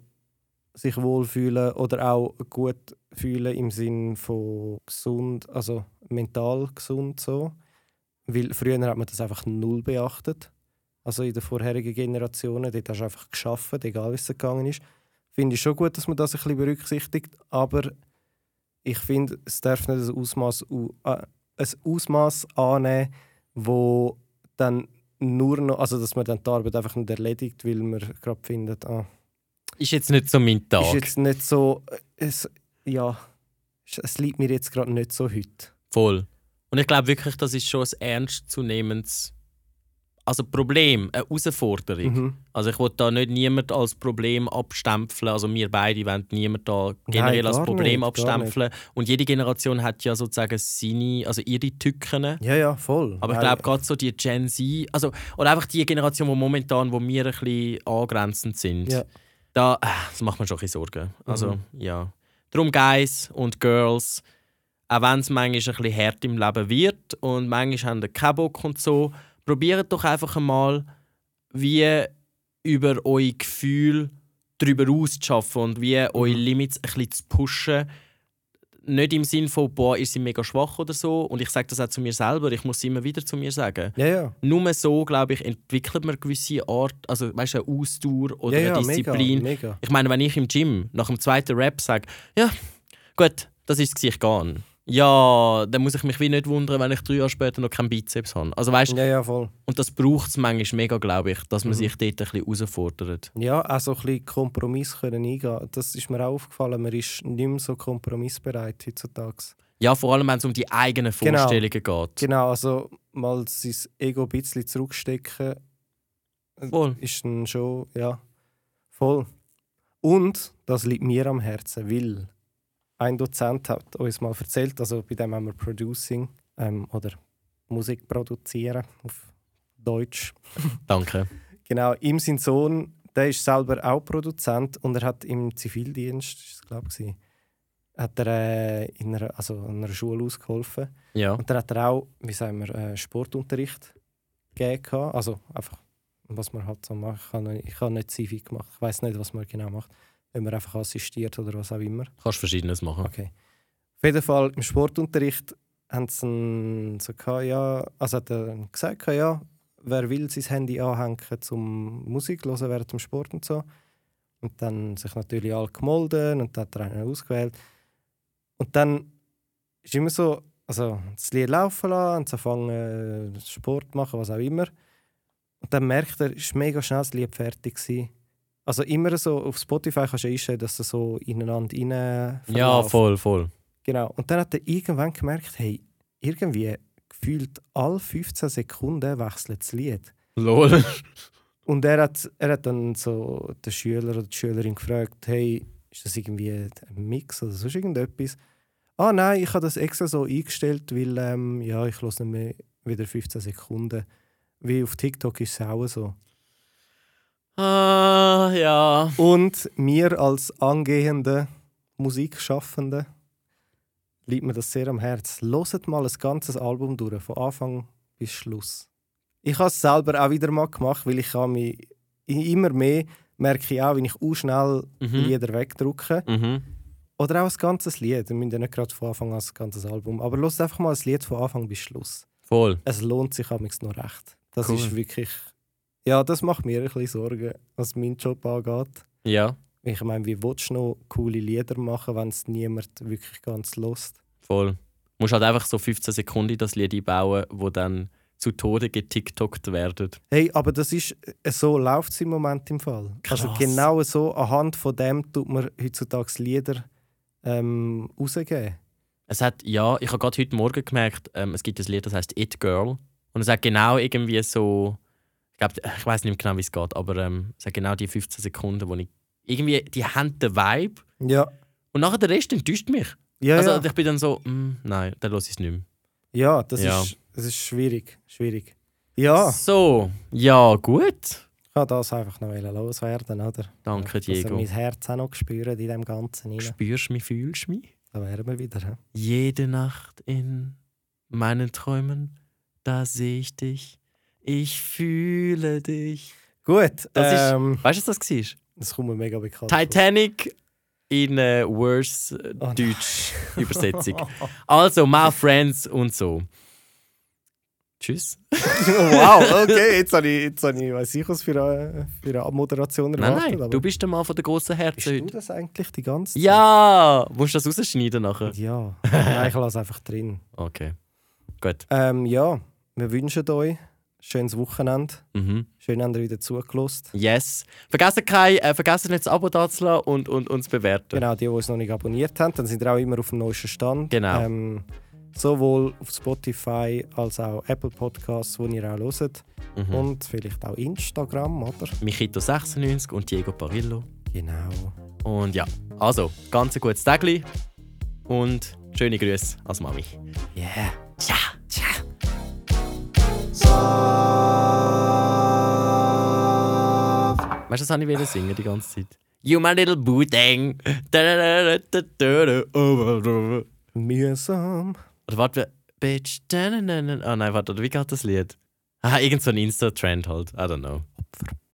Speaker 2: sich wohlfühlen oder auch gut fühlen im Sinn von gesund, also mental gesund so. Weil früher hat man das einfach null beachtet. Also in den vorherigen Generationen, dort hast du einfach geschafft, egal wie es dir gegangen ist. Finde ich schon gut, dass man das ein bisschen berücksichtigt, aber ich finde, es darf nicht ein Ausmaß, au- äh, ein Ausmaß annehmen, wo dann nur noch, also dass man dann die Arbeit einfach nicht erledigt, weil man gerade findet, ah,
Speaker 1: Ist jetzt nicht so mein Tag.
Speaker 2: ist jetzt nicht so, äh, es, ja, es- es liegt mir jetzt gerade nicht so heute.
Speaker 1: Voll. Und ich glaube wirklich, das ist schon ein ernstzunehmendes also Problem, eine Herausforderung.
Speaker 2: Mhm.
Speaker 1: Also ich will da nicht niemand als Problem abstempeln. Also wir beide wollen niemand da generell
Speaker 2: Nein,
Speaker 1: als
Speaker 2: gar
Speaker 1: Problem
Speaker 2: nicht, gar
Speaker 1: abstempeln. Und jede Generation hat ja sozusagen seine, also ihre Tücken.
Speaker 2: Ja, ja, voll.
Speaker 1: Aber ich
Speaker 2: Nein,
Speaker 1: glaube gerade so die Gen Z, also oder einfach die Generation, wo momentan, wo wir ein bisschen angrenzend sind,
Speaker 2: Ja.
Speaker 1: da äh, das macht man schon ein bisschen Sorgen. Also
Speaker 2: Mhm.
Speaker 1: ja. Drum Guys und Girls, auch wenn es manchmal ein bisschen hart im Leben wird und manchmal haben wir keinen Bock und so, probiert doch einfach einmal, wie über eure Gefühle darüber auszuschaffen und
Speaker 2: Mhm.
Speaker 1: wie eure Limits ein bisschen zu pushen. Nicht im Sinn von, boah, ihr seid mega schwach oder so. Und ich sage das auch zu mir selber, ich muss es immer wieder zu mir sagen.
Speaker 2: Ja, ja.
Speaker 1: Nur so, glaube ich, entwickelt man gewisse Art, also weißt du, eine Ausdauer oder
Speaker 2: ja, ja,
Speaker 1: eine Disziplin.
Speaker 2: Mega, mega.
Speaker 1: Ich meine, wenn ich im Gym nach dem zweiten Rap sage, ja, gut, das ist das Gesicht gehen. Ja, dann muss ich mich wie nicht wundern, wenn ich drei Jahre später noch keinen Bizeps habe. Also weißt,
Speaker 2: Ja, Mhm. ja, voll.
Speaker 1: und das braucht es manchmal mega, glaube ich, dass man sich dort ein bisschen herausfordert.
Speaker 2: Ja, auch so ein bisschen Kompromiss können eingehen. Das ist mir auch aufgefallen. Man ist nicht mehr so kompromissbereit heutzutage.
Speaker 1: Ja, vor allem, wenn es um die eigenen
Speaker 2: Genau.
Speaker 1: Vorstellungen geht.
Speaker 2: Genau, also mal sein Ego ein bisschen zurückstecken,
Speaker 1: Voll.
Speaker 2: ist dann schon, ja, voll. Und das liegt mir am Herzen, weil ein Dozent hat uns mal erzählt, also bei dem haben wir Producing ähm, oder Musik produzieren auf Deutsch.
Speaker 1: Danke.
Speaker 2: Genau, ihm sein Sohn, der ist selber auch Produzent und er hat im Zivildienst, ist es, glaub ich, hat er äh, in einer, also an einer Schule ausgeholfen.
Speaker 1: Ja.
Speaker 2: Und dann hat er auch, wie sagen wir, äh, Sportunterricht gegeben. gehabt. Also einfach, was man halt so macht. Ich habe, ich habe nicht Zivi gemacht. Ich weiß nicht, was man genau macht. Wenn man einfach assistiert oder was auch immer.
Speaker 1: Kannst Verschiedenes machen.
Speaker 2: Okay. Auf jeden Fall im Sportunterricht haben sie einen- so gehabt, ja, also hat er gesagt, gehabt, ja, wer will sein Handy anhängen zum Musik hören während dem Sport und so. Und dann sich natürlich alle gemolden und dann hat er einen ausgewählt. Und dann ist immer so, also das Lied laufen lassen und so fangen äh, Sport machen, was auch immer. Und dann merkt er, ist mega schnell das Lied fertig gewesen. Also immer so, auf Spotify kannst du ja einstellen, dass du so ineinander rein
Speaker 1: Ja,
Speaker 2: verläuft.
Speaker 1: voll, voll.
Speaker 2: Genau. Und dann hat er irgendwann gemerkt, hey, irgendwie gefühlt alle 15 Sekunden wechselt das Lied.
Speaker 1: Lol.
Speaker 2: Und er hat, er hat dann so den Schüler oder die Schülerin gefragt, hey, ist das irgendwie ein Mix oder sonst irgendetwas? Ah nein, ich habe das extra so eingestellt, weil ähm, ja, ich höre nicht mehr wieder 15 Sekunden. Wie auf TikTok ist es auch so.
Speaker 1: Ah, ja.
Speaker 2: Und mir als angehende Musikschaffende liegt mir das sehr am Herz. Loset mal ein ganzes Album durch, von Anfang bis Schluss. Ich habe es selber auch wieder mal gemacht, weil ich habe mich i- immer mehr merke ich auch, wenn ich auch schnell
Speaker 1: Mhm.
Speaker 2: Lieder wegdrucke.
Speaker 1: Mhm.
Speaker 2: Oder auch ein ganzes Lied. Wir müssen ja nicht gerade von Anfang an ein ganzes Album. Aber los einfach mal ein Lied von Anfang bis Schluss.
Speaker 1: Voll.
Speaker 2: Es lohnt sich amigs noch recht. Das
Speaker 1: Cool.
Speaker 2: ist wirklich. Ja, das macht mir ein bisschen Sorgen, was meinen Job angeht.
Speaker 1: Ja,
Speaker 2: Ich meine, wie willst du noch coole Lieder machen, wenn es niemand wirklich ganz lost?
Speaker 1: voll. Du musst halt einfach so 15 Sekunden in das Lied einbauen, wo dann zu Tode getiktokt werden.
Speaker 2: Hey, aber das ist äh, so läuft es im Moment im Fall. Also
Speaker 1: Krass.
Speaker 2: genau so anhand von dem tut man heutzutage Lieder ähm, rausgeben.
Speaker 1: Es hat, ja, ich habe gerade heute Morgen gemerkt, ähm, es gibt ein Lied, das heißt It Girl. Und es hat genau irgendwie so. Ich glaube, ich weiß nicht mehr genau, wie es geht, aber ähm, es hat genau die 15 Sekunden, wo ich. Irgendwie, die haben den Vibe.
Speaker 2: Ja.
Speaker 1: Und nachher der Rest enttäuscht mich.
Speaker 2: Ja,
Speaker 1: also
Speaker 2: ja.
Speaker 1: ich bin dann so, «Mm, nein, dann lasse ich es nicht mehr.
Speaker 2: ja, das,
Speaker 1: Ja.
Speaker 2: Ist, das ist schwierig. Schwierig. Ja,
Speaker 1: So, ja, gut.
Speaker 2: ich kann das einfach noch loswerden, oder?
Speaker 1: Danke,
Speaker 2: Dass er
Speaker 1: Diego.
Speaker 2: mein Herz auch noch spürt in dem Ganzen. rein.
Speaker 1: Spürst du mich, fühlst du mich?
Speaker 2: Da wären wir wieder. He?
Speaker 1: Jede Nacht in meinen Träumen, da sehe ich dich, ich fühle dich.
Speaker 2: Gut,
Speaker 1: Das ist-
Speaker 2: ähm,
Speaker 1: Weißt du, was das war?
Speaker 2: das kommt mir mega bekannt. vor.
Speaker 1: Titanic in äh, worse äh,
Speaker 2: Oh nein.
Speaker 1: Deutsch Übersetzung. Also, my friends und so. Tschüss.
Speaker 2: wow, okay, jetzt habe ich, jetzt habe ich weiß ich was für eine, für eine Abmoderation
Speaker 1: Nein,
Speaker 2: erwartet.
Speaker 1: nein,
Speaker 2: aber
Speaker 1: du bist der Mann von der grossen
Speaker 2: bist
Speaker 1: Herzen
Speaker 2: du
Speaker 1: heute.
Speaker 2: das eigentlich die ganze Zeit?
Speaker 1: Ja, musst du das rausschneiden nachher?
Speaker 2: Ja, nein, ich lasse einfach drin.
Speaker 1: Okay. Gut.
Speaker 2: Ähm, ja, wir wünschen euch ein schönes Wochenende.
Speaker 1: Mhm.
Speaker 2: Schön, habt ihr wieder zugelassen.
Speaker 1: Yes. Vergessen, kein, äh, vergessen nicht das Abo da zu lassen und, und uns bewerten.
Speaker 2: Genau, die, die uns noch nicht abonniert haben, dann sind ihr auch immer auf dem neuesten Stand.
Speaker 1: Genau.
Speaker 2: Ähm, sowohl auf Spotify als auch Apple Podcasts, die ihr auch hört.
Speaker 1: Mhm.
Speaker 2: Und vielleicht auch Instagram, oder?
Speaker 1: Michito96 und Diego Parillo.
Speaker 2: Genau.
Speaker 1: Und ja, also, ganz ein gutes Tagli und schöne Grüße als Mami.
Speaker 2: Yeah.
Speaker 1: Ciao. Ciao. Weißt du, das habe ich wieder singen die ganze Zeit. You my little bootang. Oder
Speaker 2: Mühsam.
Speaker 1: warte, Bitch. Oh nein, warte, oder wie geht das Lied? Ah, irgend so ein Insta-Trend halt. I don't know.